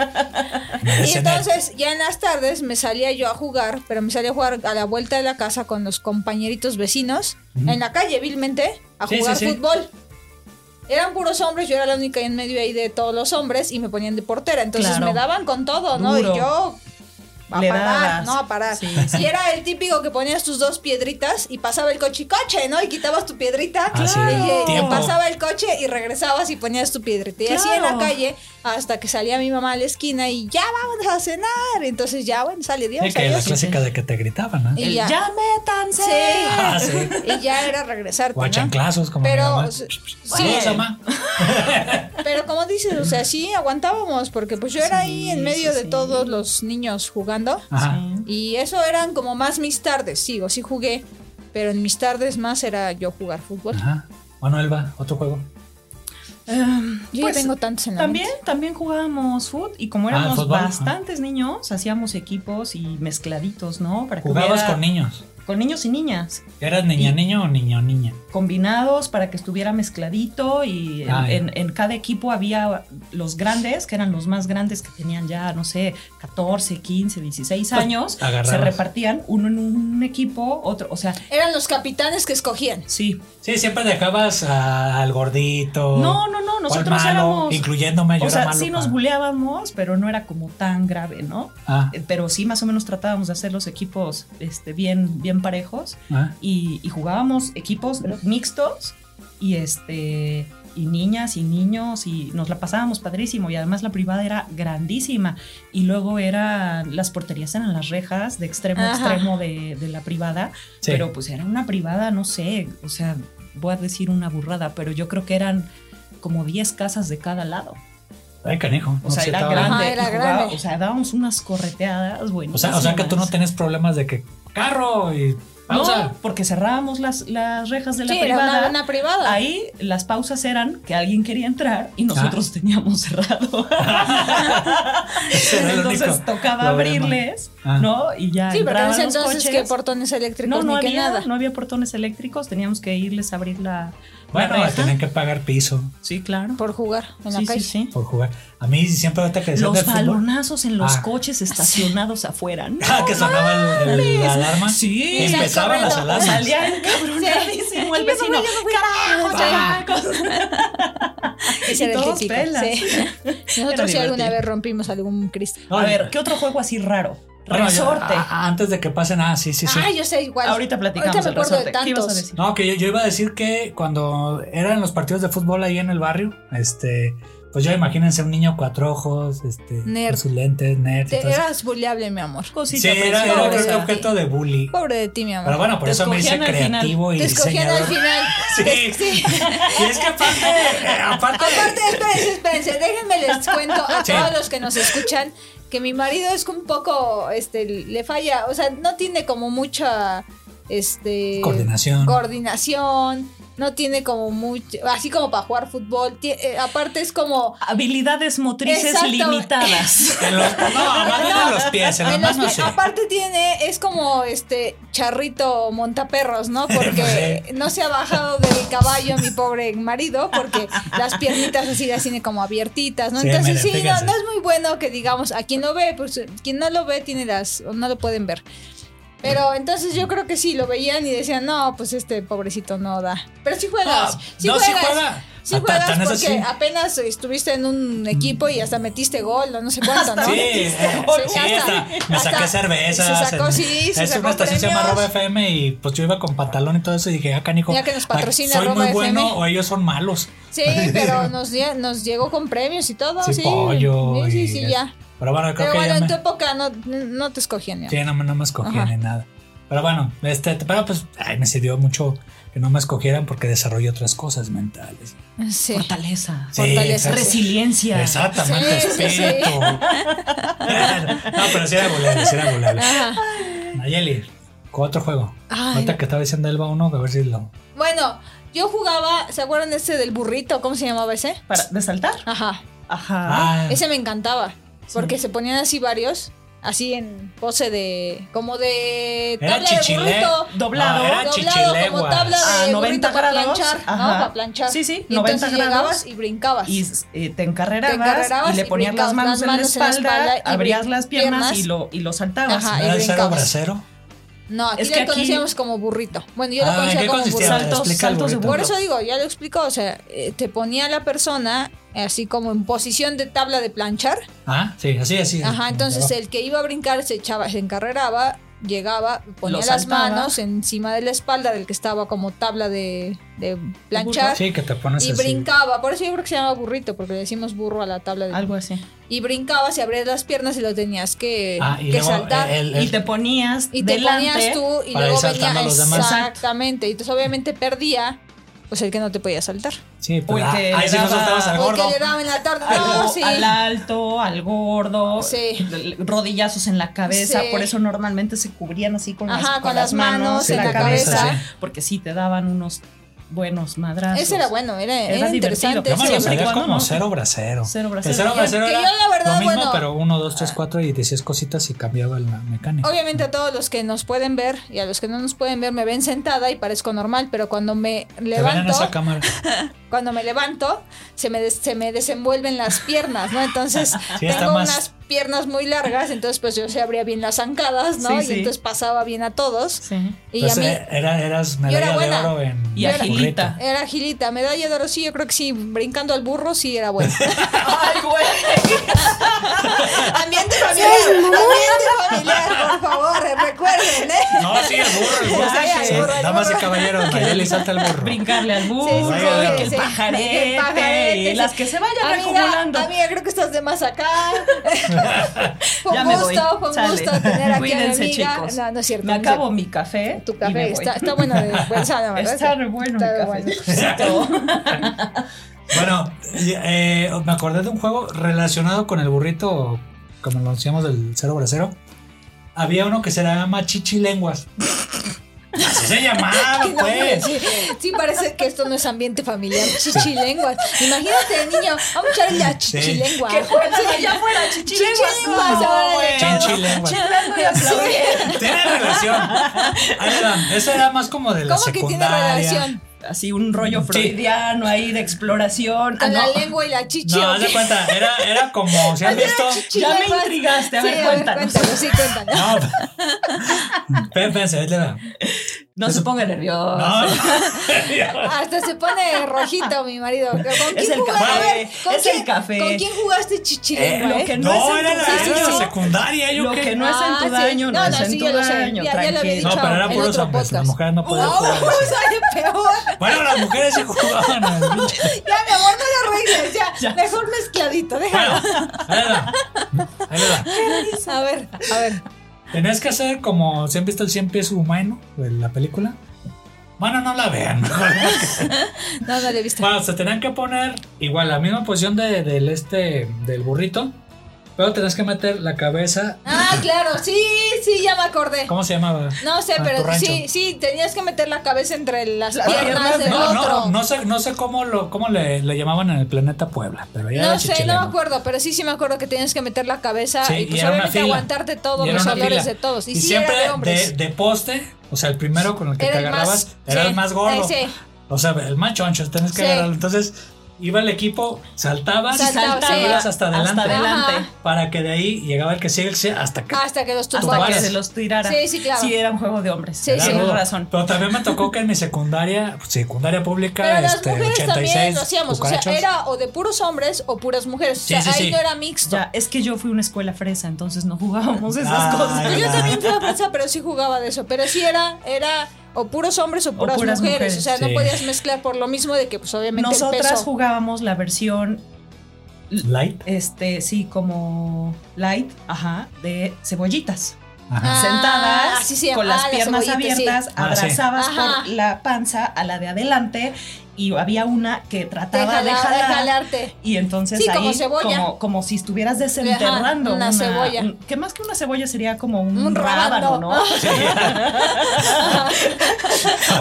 Speaker 1: Y entonces ya en las tardes me salía yo a jugar, pero me salía a jugar a la vuelta de la casa con los compañeritos vecinos,
Speaker 3: Ujú.
Speaker 1: en la calle vilmente, a
Speaker 3: Sí,
Speaker 1: jugar
Speaker 3: sí, sí.
Speaker 1: fútbol. Eran puros hombres, yo era la única en medio ahí de todos los hombres y me ponían de portera, entonces
Speaker 2: Claro.
Speaker 1: me daban con todo, ¿no?
Speaker 2: Duro.
Speaker 1: Y yo a
Speaker 2: Le
Speaker 1: parar,
Speaker 2: dabas.
Speaker 1: no a parar.
Speaker 2: Sí,
Speaker 1: Y era el típico que ponías tus dos piedritas y pasaba el coche y coche, ¿no? Y quitabas tu piedrita
Speaker 3: Ah, sí.
Speaker 1: y- y,
Speaker 3: Tiempo.
Speaker 1: pasaba el coche y regresabas y ponías tu piedrita. Y así en la
Speaker 2: Claro.
Speaker 1: calle hasta que salía mi mamá a la esquina y ya vamos a cenar. Entonces ya, bueno, sale Dios.
Speaker 3: Sí, que la
Speaker 1: adiós.
Speaker 3: clásica de que te gritaban, ¿eh?
Speaker 1: Y
Speaker 2: El
Speaker 1: ya.
Speaker 2: ya métanse.
Speaker 1: Sí.
Speaker 3: Ah, sí.
Speaker 1: Y ya era regresarte.
Speaker 3: O a
Speaker 1: ¿no?
Speaker 3: chanclazos, como
Speaker 1: Pero,
Speaker 3: mi mamá.
Speaker 1: s-
Speaker 3: Saludos,
Speaker 2: bueno.
Speaker 3: mamá.
Speaker 1: Pero como dices, o sea, sí aguantábamos porque pues yo era
Speaker 2: Sí,
Speaker 1: ahí en medio
Speaker 2: sí,
Speaker 1: de
Speaker 2: sí.
Speaker 1: todos los niños jugando.
Speaker 3: Ajá.
Speaker 1: Y eso eran como más mis tardes, sigo, sí jugué, pero en mis tardes más era yo jugar fútbol.
Speaker 3: Ajá. Bueno, Elba, otro juego.
Speaker 2: Em,
Speaker 1: Um, Yo
Speaker 2: pues,
Speaker 1: ya tengo tantos en la
Speaker 2: También, también jugábamos foot y como
Speaker 3: Ah,
Speaker 2: éramos
Speaker 3: fútbol, ah.
Speaker 2: bastantes niños, hacíamos equipos y mezcladitos, ¿no? Para que
Speaker 3: Jugabas
Speaker 2: hubiera-
Speaker 3: con niños.
Speaker 2: con niños y niñas,
Speaker 3: ¿Eras niña niño o niño niña?
Speaker 2: combinados para que estuviera mezcladito y en,
Speaker 3: Ah, ya.
Speaker 2: en- en cada equipo había los grandes, que eran los más grandes que tenían ya, no sé, 14, 15, 16
Speaker 3: Pues,
Speaker 2: años, se
Speaker 3: agarrabas.
Speaker 2: repartían uno en un equipo, otro, o sea,
Speaker 1: Eran los capitanes que escogían.
Speaker 2: sí.
Speaker 3: Sí, siempre dejabas a- al gordito.
Speaker 2: No, no, no,
Speaker 3: o al
Speaker 2: nosotros
Speaker 3: Oh, malo,
Speaker 2: éramos...
Speaker 3: Incluyéndome, yo
Speaker 2: o
Speaker 3: era
Speaker 2: sea,
Speaker 3: malo
Speaker 2: sí nos
Speaker 3: para-
Speaker 2: buleábamos, pero no era como tan grave, ¿no?
Speaker 3: Ah,
Speaker 2: Eh, Pero sí más o menos tratábamos de hacer los equipos este, bien, bien parejos.
Speaker 3: ah.
Speaker 2: y, y jugábamos equipos mixtos y este y niñas y niños y nos la pasábamos padrísimo y además la privada era grandísima y luego era las porterías eran las rejas de extremo a
Speaker 1: Ajá.
Speaker 2: extremo de, de la privada
Speaker 3: Sí.
Speaker 2: pero pues era una privada no sé o sea voy a decir una burrada pero yo creo que eran como 10 casas de cada lado
Speaker 3: Ay, canijo.
Speaker 2: o sea
Speaker 3: sí,
Speaker 2: era
Speaker 3: estaba-
Speaker 2: grande,
Speaker 1: Ajá,
Speaker 2: y
Speaker 1: era
Speaker 2: jugaba-
Speaker 1: grande.
Speaker 2: o sea dábamos unas correteadas bueno
Speaker 3: O sea, o sea que tú no tenías problemas de que carro y pausa.
Speaker 2: no, porque cerrábamos las, las rejas de la
Speaker 1: Sí, era
Speaker 2: privada.
Speaker 1: una, una privada.
Speaker 2: Ahí las pausas eran que alguien quería entrar
Speaker 3: Ah.
Speaker 2: y nosotros teníamos cerrado.
Speaker 3: Ese Ah, era el único
Speaker 2: entonces tocaba
Speaker 3: problema.
Speaker 2: abrirles,
Speaker 3: Ah.
Speaker 2: ¿no? Y ya
Speaker 1: sí, porque en
Speaker 2: entraban
Speaker 1: ese
Speaker 2: los
Speaker 1: entonces
Speaker 2: coches.
Speaker 1: que portones eléctricos
Speaker 2: no, no
Speaker 1: ni que
Speaker 2: había,
Speaker 1: nada.
Speaker 2: no había portones eléctricos, teníamos que irles a abrir la, la
Speaker 3: Bueno, este,
Speaker 2: reja.
Speaker 3: tenían que pagar piso
Speaker 2: Sí, claro.
Speaker 1: Por jugar en la
Speaker 2: Sí, sí,
Speaker 1: calle.
Speaker 2: sí.
Speaker 3: por jugar. A mí siempre ahorita que decían
Speaker 2: Los
Speaker 3: del fútbol.
Speaker 2: balonazos en los
Speaker 3: Ah.
Speaker 2: coches estacionados afuera. ¿no?
Speaker 3: Ah, que sonaba el- el- la alarma.
Speaker 2: Sí.
Speaker 3: Empezaban las
Speaker 1: Corriendo.
Speaker 3: alarmas.
Speaker 2: Salía encabronadísimo
Speaker 1: Yo
Speaker 2: el
Speaker 1: me voy,
Speaker 2: vecino.
Speaker 1: yo me voy.
Speaker 2: ¡Carajo,
Speaker 1: Ah.
Speaker 2: chamacos!
Speaker 1: Ese era el
Speaker 2: todos
Speaker 1: típico,
Speaker 2: pelas.
Speaker 1: sí.
Speaker 2: Era
Speaker 1: Nosotros sí alguna
Speaker 2: divertido.
Speaker 1: vez rompimos algún cristal.
Speaker 3: No,
Speaker 2: A ver, ¿qué otro juego así raro?
Speaker 3: bueno, yo- ah,
Speaker 2: Resorte.
Speaker 3: a- a- antes de que pasen, ah, sí, sí, sí.
Speaker 1: Ah, yo sé igual.
Speaker 2: Ahorita platicamos
Speaker 1: Ahorita me
Speaker 2: del
Speaker 1: acuerdo de
Speaker 2: resorte. ¿Qué ibas a
Speaker 1: tantos.
Speaker 2: decir?
Speaker 3: No, que yo, yo iba a decir que cuando eran los partidos de fútbol ahí en el barrio, este, pues yo imagínense un niño cuatro ojos, este,
Speaker 1: Nerd.
Speaker 3: con sus lentes, nerd. y
Speaker 1: Te-
Speaker 3: todo eso.
Speaker 1: eras buleable, mi amor.
Speaker 3: Sí, era, era
Speaker 1: preciosa.
Speaker 3: creo que objeto de bullying.
Speaker 1: Pobre de ti, mi amor.
Speaker 3: Pero bueno, por
Speaker 2: Te
Speaker 3: eso me hice
Speaker 2: escogían al final.
Speaker 3: creativo y
Speaker 1: Te escogían al
Speaker 3: diseñador.
Speaker 1: final.
Speaker 3: Sí.
Speaker 1: Te- sí.
Speaker 3: Y es que aparte, eh, aparte,
Speaker 1: Aparte, espérense, espérense, déjenme les cuento a
Speaker 3: Sí.
Speaker 1: todos los que nos escuchan que mi marido es un poco, este, le falla, o sea, no tiene como mucha, este...
Speaker 3: Coordinación.
Speaker 1: Coordinación, no tiene como mucho, así como para jugar fútbol, ti- eh, aparte es como...
Speaker 2: Habilidades motrices
Speaker 1: Exacto.
Speaker 2: limitadas.
Speaker 3: en los, no, más bien en los pies, en las
Speaker 1: en los
Speaker 3: manos
Speaker 1: pies-
Speaker 3: sí.
Speaker 1: aparte tiene, es como este charrito montaperros, ¿no?
Speaker 3: pues
Speaker 1: Porque no se ha bajado del caballo mi pobre marido, porque las piernitas así las tiene como abiertitas, ¿no?
Speaker 3: Sí,
Speaker 1: Entonces
Speaker 3: miren,
Speaker 1: sí, no,
Speaker 3: fíjense.
Speaker 1: no es muy bueno que digamos, a quien lo ve, pues quien no lo ve tiene las, o no lo pueden ver. Pero entonces yo creo que sí, lo veían y decían, no, pues este pobrecito no da. Pero sí juegas,
Speaker 3: Ah,
Speaker 1: sí
Speaker 3: no, sí
Speaker 1: juegas.
Speaker 3: juega.
Speaker 1: sí
Speaker 3: Ah, tan-
Speaker 1: juegas
Speaker 3: tan es
Speaker 1: porque
Speaker 3: así.
Speaker 1: apenas estuviste en un equipo y hasta metiste gol o no sé cuánto, ¿no?
Speaker 3: Sí, eh,
Speaker 1: gol.
Speaker 3: sí,
Speaker 1: Sí, hasta-
Speaker 3: hasta, me saqué
Speaker 1: hasta-
Speaker 3: cervezas.
Speaker 1: se sacó,
Speaker 3: en-
Speaker 1: sí, se
Speaker 3: es
Speaker 1: sacó
Speaker 3: una estación que se llama
Speaker 1: premios.
Speaker 3: Roba FM y pues yo iba con pantalón y todo eso y dije, ah, canijo.
Speaker 1: Mira que nos patrocina
Speaker 3: ¿Soy
Speaker 1: Arroba
Speaker 3: muy bueno
Speaker 1: FM.
Speaker 3: o ellos son malos?
Speaker 1: Sí, pero nos, lle- nos llegó con premios y todo.
Speaker 3: Sí,
Speaker 1: Sí,
Speaker 3: pollo.
Speaker 1: Sí, sí,
Speaker 3: y
Speaker 1: sí,
Speaker 3: es-
Speaker 1: ya.
Speaker 3: Pero bueno, creo
Speaker 1: Pero
Speaker 3: que
Speaker 1: bueno,
Speaker 3: ya
Speaker 1: en
Speaker 3: me...
Speaker 1: tu época no, no te escogían, mi amor.
Speaker 3: Sí, no, me- no me escogían
Speaker 1: Ajá.
Speaker 3: ni nada. Pero bueno, este, pero pues ay, me sirvió mucho que no me escogieran porque desarrollé otras cosas mentales.
Speaker 1: Sí.
Speaker 2: Fortaleza.
Speaker 3: Sí,
Speaker 1: Fortaleza.
Speaker 3: exacto.
Speaker 2: Resiliencia.
Speaker 3: Exactamente,
Speaker 1: Sí, sí, sí.
Speaker 3: espíritu. no, pero sí era volable, sí era volable.
Speaker 1: Ajá.
Speaker 3: Nayeli, Otro juego.
Speaker 1: Ay.
Speaker 3: Ahorita que estaba diciendo Elba uno, a ver si lo.
Speaker 1: Bueno, yo jugaba, ¿se acuerdan ese del burrito? ¿Cómo se llamaba ese?
Speaker 2: Para, ¿De saltar?
Speaker 1: Ajá.
Speaker 2: Ajá.
Speaker 3: Ah,
Speaker 1: Ese me encantaba. Porque se ponían así varios, así en pose de. como de
Speaker 3: Era
Speaker 1: tabla de
Speaker 3: chichile-
Speaker 1: burrito.
Speaker 2: Doblado.
Speaker 1: doblado
Speaker 3: era
Speaker 1: como
Speaker 3: chichileguas.
Speaker 1: tabla
Speaker 2: A
Speaker 1: de
Speaker 2: 90
Speaker 1: burrito para
Speaker 2: grados,
Speaker 1: planchar, ¿no?
Speaker 2: ajá.
Speaker 1: Para planchar.
Speaker 2: Sí, sí,
Speaker 1: y
Speaker 2: 90
Speaker 1: entonces
Speaker 2: grados.
Speaker 1: llegabas y brincabas.
Speaker 2: Y eh, te, encarrerabas,
Speaker 1: Te encarrerabas
Speaker 2: y
Speaker 1: y
Speaker 2: le ponías las
Speaker 1: brincabas
Speaker 2: manos,
Speaker 1: las manos
Speaker 2: en, la espalda,
Speaker 1: espalda y
Speaker 2: abrías
Speaker 1: brin-
Speaker 2: las piernas,
Speaker 1: piernas.
Speaker 2: y, lo, y lo saltabas.
Speaker 1: Ajá. Ah, y
Speaker 3: ¿Era el cero
Speaker 1: brincabas.
Speaker 3: bracero?
Speaker 1: no, aquí
Speaker 2: es
Speaker 1: lo
Speaker 2: que aquí-
Speaker 1: conocíamos como burrito. Bueno, yo lo
Speaker 3: Ah, ¿en
Speaker 1: conocía
Speaker 3: qué
Speaker 1: como
Speaker 3: consistía?
Speaker 1: burrito.
Speaker 2: Saltos-
Speaker 3: Explica el
Speaker 2: saltos de
Speaker 3: burrito.
Speaker 1: Por eso digo, ya lo explicó, o sea, eh, te ponía la persona eh, así como en posición de tabla de planchar.
Speaker 3: Ah, sí, así, así.
Speaker 1: Ajá, entonces
Speaker 3: Abajo.
Speaker 1: el que iba a brincar se echaba, se encarreraba, llegaba, ponía
Speaker 2: Lo
Speaker 1: las
Speaker 2: saltaba.
Speaker 1: manos encima de la espalda del que estaba como tabla de, de planchar
Speaker 3: Sí, que te pones
Speaker 1: y
Speaker 3: así.
Speaker 1: brincaba. Por eso yo creo que se llama burrito, porque le decimos burro a la tabla de
Speaker 2: Algo así.
Speaker 1: Y brincabas y abrías las piernas y lo tenías que,
Speaker 3: Ah, y
Speaker 1: que
Speaker 3: luego
Speaker 1: saltar.
Speaker 3: el- el-
Speaker 2: Y te ponías
Speaker 1: y te
Speaker 2: delante.
Speaker 1: ponías tú y
Speaker 3: para
Speaker 1: luego
Speaker 3: ir
Speaker 1: venía
Speaker 3: saltando a los demás.
Speaker 1: exactamente. Y entonces obviamente perdía pues el que no te podía saltar.
Speaker 3: Sí,
Speaker 2: Uy,
Speaker 3: pero ah,
Speaker 2: que
Speaker 3: ahí
Speaker 2: le
Speaker 3: sí no
Speaker 2: daba-
Speaker 3: saltabas al
Speaker 1: Porque
Speaker 3: gordo.
Speaker 1: le daban en la tarde.
Speaker 2: Algo,
Speaker 1: No, sí.
Speaker 2: Al alto, al gordo,
Speaker 1: Sí.
Speaker 2: l- rodillazos en la cabeza,
Speaker 1: Sí.
Speaker 2: por eso normalmente se cubrían así con, las,
Speaker 1: Ajá, con las manos,
Speaker 3: en la cabeza,
Speaker 2: porque sí te daban unos buenos madrazos.
Speaker 1: Ese era bueno, era,
Speaker 2: Era
Speaker 1: era
Speaker 2: divertido.
Speaker 1: interesante.
Speaker 3: Yo me lo
Speaker 1: ese
Speaker 2: siempre
Speaker 3: sabía
Speaker 2: y cuando,
Speaker 3: como
Speaker 2: ¿no?
Speaker 3: cero bracero.
Speaker 2: Cero
Speaker 3: El
Speaker 2: bracero.
Speaker 3: cero bracero
Speaker 1: Que
Speaker 3: era
Speaker 1: yo, la verdad,
Speaker 3: lo mismo,
Speaker 1: bueno-
Speaker 3: pero uno, dos, tres, cuatro y decías cositas y cambiaba la mecánica.
Speaker 1: Obviamente a todos los que nos pueden ver y a los que no nos pueden ver me ven sentada y parezco normal, pero cuando me
Speaker 3: Te ven en
Speaker 1: levanto,
Speaker 3: esa cámara.
Speaker 1: cuando me levanto, se me, des- se me desenvuelven las piernas, ¿no? Entonces
Speaker 3: está
Speaker 1: tengo
Speaker 3: más-
Speaker 1: unas piernas muy largas, entonces pues yo se abría bien las zancadas, ¿no?
Speaker 2: Sí,
Speaker 1: y
Speaker 2: sí.
Speaker 1: entonces pasaba bien a todos.
Speaker 2: Sí.
Speaker 1: Y
Speaker 3: Entonces,
Speaker 1: a mí
Speaker 3: eh, era, eras
Speaker 1: era
Speaker 3: medalla de
Speaker 1: buena.
Speaker 3: oro en.
Speaker 2: Y
Speaker 3: en
Speaker 2: agilita.
Speaker 3: burrito.
Speaker 1: era agilita, medalla de oro, sí, yo creo que sí, brincando al burro sí era bueno.
Speaker 2: Ay, güey.
Speaker 1: ambiente familiar, ambiente familiar, por favor, recuerden, ¿eh?
Speaker 3: No, sí, el burro, el burro.
Speaker 2: O sea,
Speaker 3: Sí,
Speaker 2: el burro,
Speaker 1: el
Speaker 3: Damas y
Speaker 1: burro.
Speaker 3: caballeros, Nayeli salta el burro.
Speaker 2: Brincarle al burro,
Speaker 1: Sí,
Speaker 3: sí, sí,
Speaker 2: y que el
Speaker 1: sí.
Speaker 2: pajarete,
Speaker 1: El pajarete,
Speaker 2: y
Speaker 1: sí.
Speaker 2: las que se vayan acumulando.
Speaker 1: Amiga, amiga, creo que estás de más acá. fue un
Speaker 2: Ya me
Speaker 1: gusto,
Speaker 2: voy.
Speaker 1: fue un
Speaker 2: Sale.
Speaker 1: gusto tener aquí
Speaker 2: Cuídense,
Speaker 1: a mi amiga.
Speaker 2: chicos.
Speaker 1: No, no es cierto.
Speaker 2: Me
Speaker 1: no es cierto.
Speaker 2: acabo mi café.
Speaker 1: Tu
Speaker 2: y me
Speaker 1: café
Speaker 2: voy.
Speaker 1: está, está bueno de pensada, ¿verdad?
Speaker 2: Está re bueno
Speaker 1: Está re
Speaker 2: mi café.
Speaker 3: Bueno, y, eh, me acordé de un juego relacionado con el burrito, como lo decíamos del cero bracero. Había uno que se llama Chichilenguas. Así se llamaba,
Speaker 1: No, hombre,
Speaker 3: pues.
Speaker 1: sí, sí, parece que esto no es ambiente familiar. Chichilenguas. Imagínate, niño, vamos a echarle a
Speaker 3: Sí.
Speaker 1: chichilenguas.
Speaker 2: allá afuera, chichilenguas.
Speaker 1: Chichilenguas, ahora le
Speaker 2: No, güey.
Speaker 3: Chinchilenguas.
Speaker 2: Chilando y aplaudiendo.
Speaker 3: Tiene relación. Ahí le dan. Esa era más como de la
Speaker 1: ¿Cómo que tiene
Speaker 3: secundaria.
Speaker 1: relación?
Speaker 2: Así un rollo freudiano ahí de exploración. Ah,
Speaker 1: ¿Con la
Speaker 2: no.
Speaker 1: lengua y la chichi?
Speaker 3: No,
Speaker 1: o
Speaker 3: haz de
Speaker 1: qué?
Speaker 3: cuenta, era, era como, si has visto?
Speaker 2: Ya me
Speaker 1: Chichilenguas.
Speaker 2: intrigaste, a
Speaker 1: Sí,
Speaker 2: ver, cuéntanos.
Speaker 1: cuéntanos, sí, cuéntanos.
Speaker 3: No. Pen- Pensé, ahí te la-
Speaker 2: No se ponga nervioso.
Speaker 3: No,
Speaker 1: Hasta se pone rojito mi marido. ¿Con quién
Speaker 2: Es el
Speaker 1: jugaste?
Speaker 2: café,
Speaker 1: A ver, ¿con
Speaker 2: es
Speaker 1: quién-
Speaker 2: el café.
Speaker 1: ¿Con quién jugaste
Speaker 2: Eh, lo
Speaker 1: chichilengua? eh?
Speaker 2: que no
Speaker 3: no,
Speaker 2: es en
Speaker 3: era
Speaker 2: tu
Speaker 3: la,
Speaker 1: sí,
Speaker 3: era la
Speaker 1: sí.
Speaker 3: secundaria, yo
Speaker 2: Lo
Speaker 3: qué.
Speaker 2: que no es en
Speaker 1: Ah,
Speaker 2: tu
Speaker 1: sí.
Speaker 2: daño, no,
Speaker 1: No,
Speaker 2: es
Speaker 1: no,
Speaker 2: en
Speaker 1: sí,
Speaker 2: tu
Speaker 1: ya lo sé.
Speaker 2: daño.
Speaker 1: Ya- ya lo había
Speaker 3: No,
Speaker 1: dicho.
Speaker 2: tranquilo.
Speaker 3: pero era
Speaker 1: en
Speaker 3: puros
Speaker 1: otro
Speaker 3: hombres,
Speaker 1: podcast.
Speaker 3: las mujeres no podían
Speaker 1: ¡Wow!
Speaker 3: jugar eso.
Speaker 1: sale peor!
Speaker 3: Bueno, las mujeres sí jugaban. al pinche-
Speaker 1: Ya, mi amor, no lo arregles. Ya, mejor mezcladito, déjalo.
Speaker 3: Bueno, ahí le va. Ahí le va.
Speaker 1: A ver, a ver.
Speaker 3: Tenías que hacer como se han visto el 100 pies humano de la película. Bueno, no la vean. mejor.
Speaker 1: No, no le he visto.
Speaker 3: bueno, se tenían que poner igual la misma posición de- del este del burrito, pero tenías que meter la cabeza.
Speaker 1: Ah, claro, sí, sí, ya me acordé.
Speaker 3: ¿Cómo se llamaba?
Speaker 1: No sé,
Speaker 3: Ah, tu
Speaker 1: pero
Speaker 3: rancho.
Speaker 1: sí, sí, tenías que meter la cabeza entre las
Speaker 2: Las
Speaker 1: piernas
Speaker 2: piernas,
Speaker 1: del
Speaker 3: No,
Speaker 1: otro.
Speaker 3: no, no sé, no sé cómo lo, cómo le, le llamaban en el planeta Puebla, pero ya
Speaker 1: No
Speaker 3: era
Speaker 1: sé, no
Speaker 3: chichileno.
Speaker 1: me acuerdo, pero sí, sí me acuerdo que tenías que meter la cabeza
Speaker 3: Sí,
Speaker 1: y pues
Speaker 3: y era una
Speaker 1: obviamente
Speaker 3: fila.
Speaker 1: aguantarte todos
Speaker 3: Y era
Speaker 1: los
Speaker 3: una
Speaker 1: olores
Speaker 3: fila.
Speaker 1: de todos. Y, sí,
Speaker 3: siempre
Speaker 1: era de hombres.
Speaker 3: de, de poste, o sea, el primero con el que te
Speaker 1: el
Speaker 3: agarrabas era
Speaker 1: sí,
Speaker 3: el más gordo.
Speaker 1: eh, sí.
Speaker 3: O sea, el más choncho, tenés que
Speaker 1: Sí.
Speaker 3: agarrarlo. Entonces, iba el equipo, saltabas,
Speaker 1: Saltaba,
Speaker 3: y
Speaker 1: sí.
Speaker 3: ibas hasta adelante.
Speaker 2: Hasta adelante.
Speaker 1: Ajá.
Speaker 3: Para que de ahí llegaba el que sigue, el que sigue, hasta que.
Speaker 1: Hasta que los
Speaker 2: Hasta
Speaker 1: tumbaras.
Speaker 2: que se los tirara.
Speaker 1: Sí, sí, claro.
Speaker 2: Sí, era un juego de hombres.
Speaker 1: Sí, sí.
Speaker 2: Tienes
Speaker 3: Claro.
Speaker 2: razón.
Speaker 3: Pero también me tocó que en mi secundaria, pues, secundaria pública,
Speaker 1: Pero las
Speaker 3: este,
Speaker 1: mujeres
Speaker 3: 86,
Speaker 1: también lo hacíamos. O sea,
Speaker 3: cucarachos.
Speaker 1: era o de puros hombres o puras mujeres. O sea,
Speaker 3: Sí, sí,
Speaker 1: ahí
Speaker 3: sí.
Speaker 1: no era mixto.
Speaker 2: Ya, es que yo fui una escuela fresa, entonces no jugábamos esas
Speaker 3: Ay,
Speaker 2: cosas.
Speaker 1: Pues yo
Speaker 3: ya.
Speaker 1: también fui a Francia, pero sí jugaba de eso. Pero sí era, era o puros hombres o puras,
Speaker 2: puras
Speaker 1: mujeres.
Speaker 2: mujeres,
Speaker 1: O sea,
Speaker 3: sí.
Speaker 1: no podías mezclar por lo mismo de que, pues obviamente, el
Speaker 2: Nosotras
Speaker 1: peso.
Speaker 2: jugábamos la versión,
Speaker 3: Light.
Speaker 2: este, sí, como light, ajá, de cebollitas.
Speaker 3: Ajá.
Speaker 1: Ah,
Speaker 2: Sentadas,
Speaker 1: así se llama.
Speaker 2: con las
Speaker 1: Ah, las
Speaker 2: piernas
Speaker 1: cebollitas, sí.
Speaker 2: abiertas,
Speaker 3: Ah, sí.
Speaker 2: abrazabas
Speaker 1: Ajá.
Speaker 2: por la panza a la de adelante y había una que trataba
Speaker 1: Deja
Speaker 2: de jalar.
Speaker 1: jalarte.
Speaker 2: Y entonces
Speaker 1: Sí,
Speaker 2: ahí,
Speaker 1: como cebolla.
Speaker 2: Como, como si estuvieras desenterrando
Speaker 1: Ajá, una cebolla.
Speaker 2: un- que más que una cebolla sería como un,
Speaker 1: Un
Speaker 2: rábano,
Speaker 1: rábano.
Speaker 2: ¿no?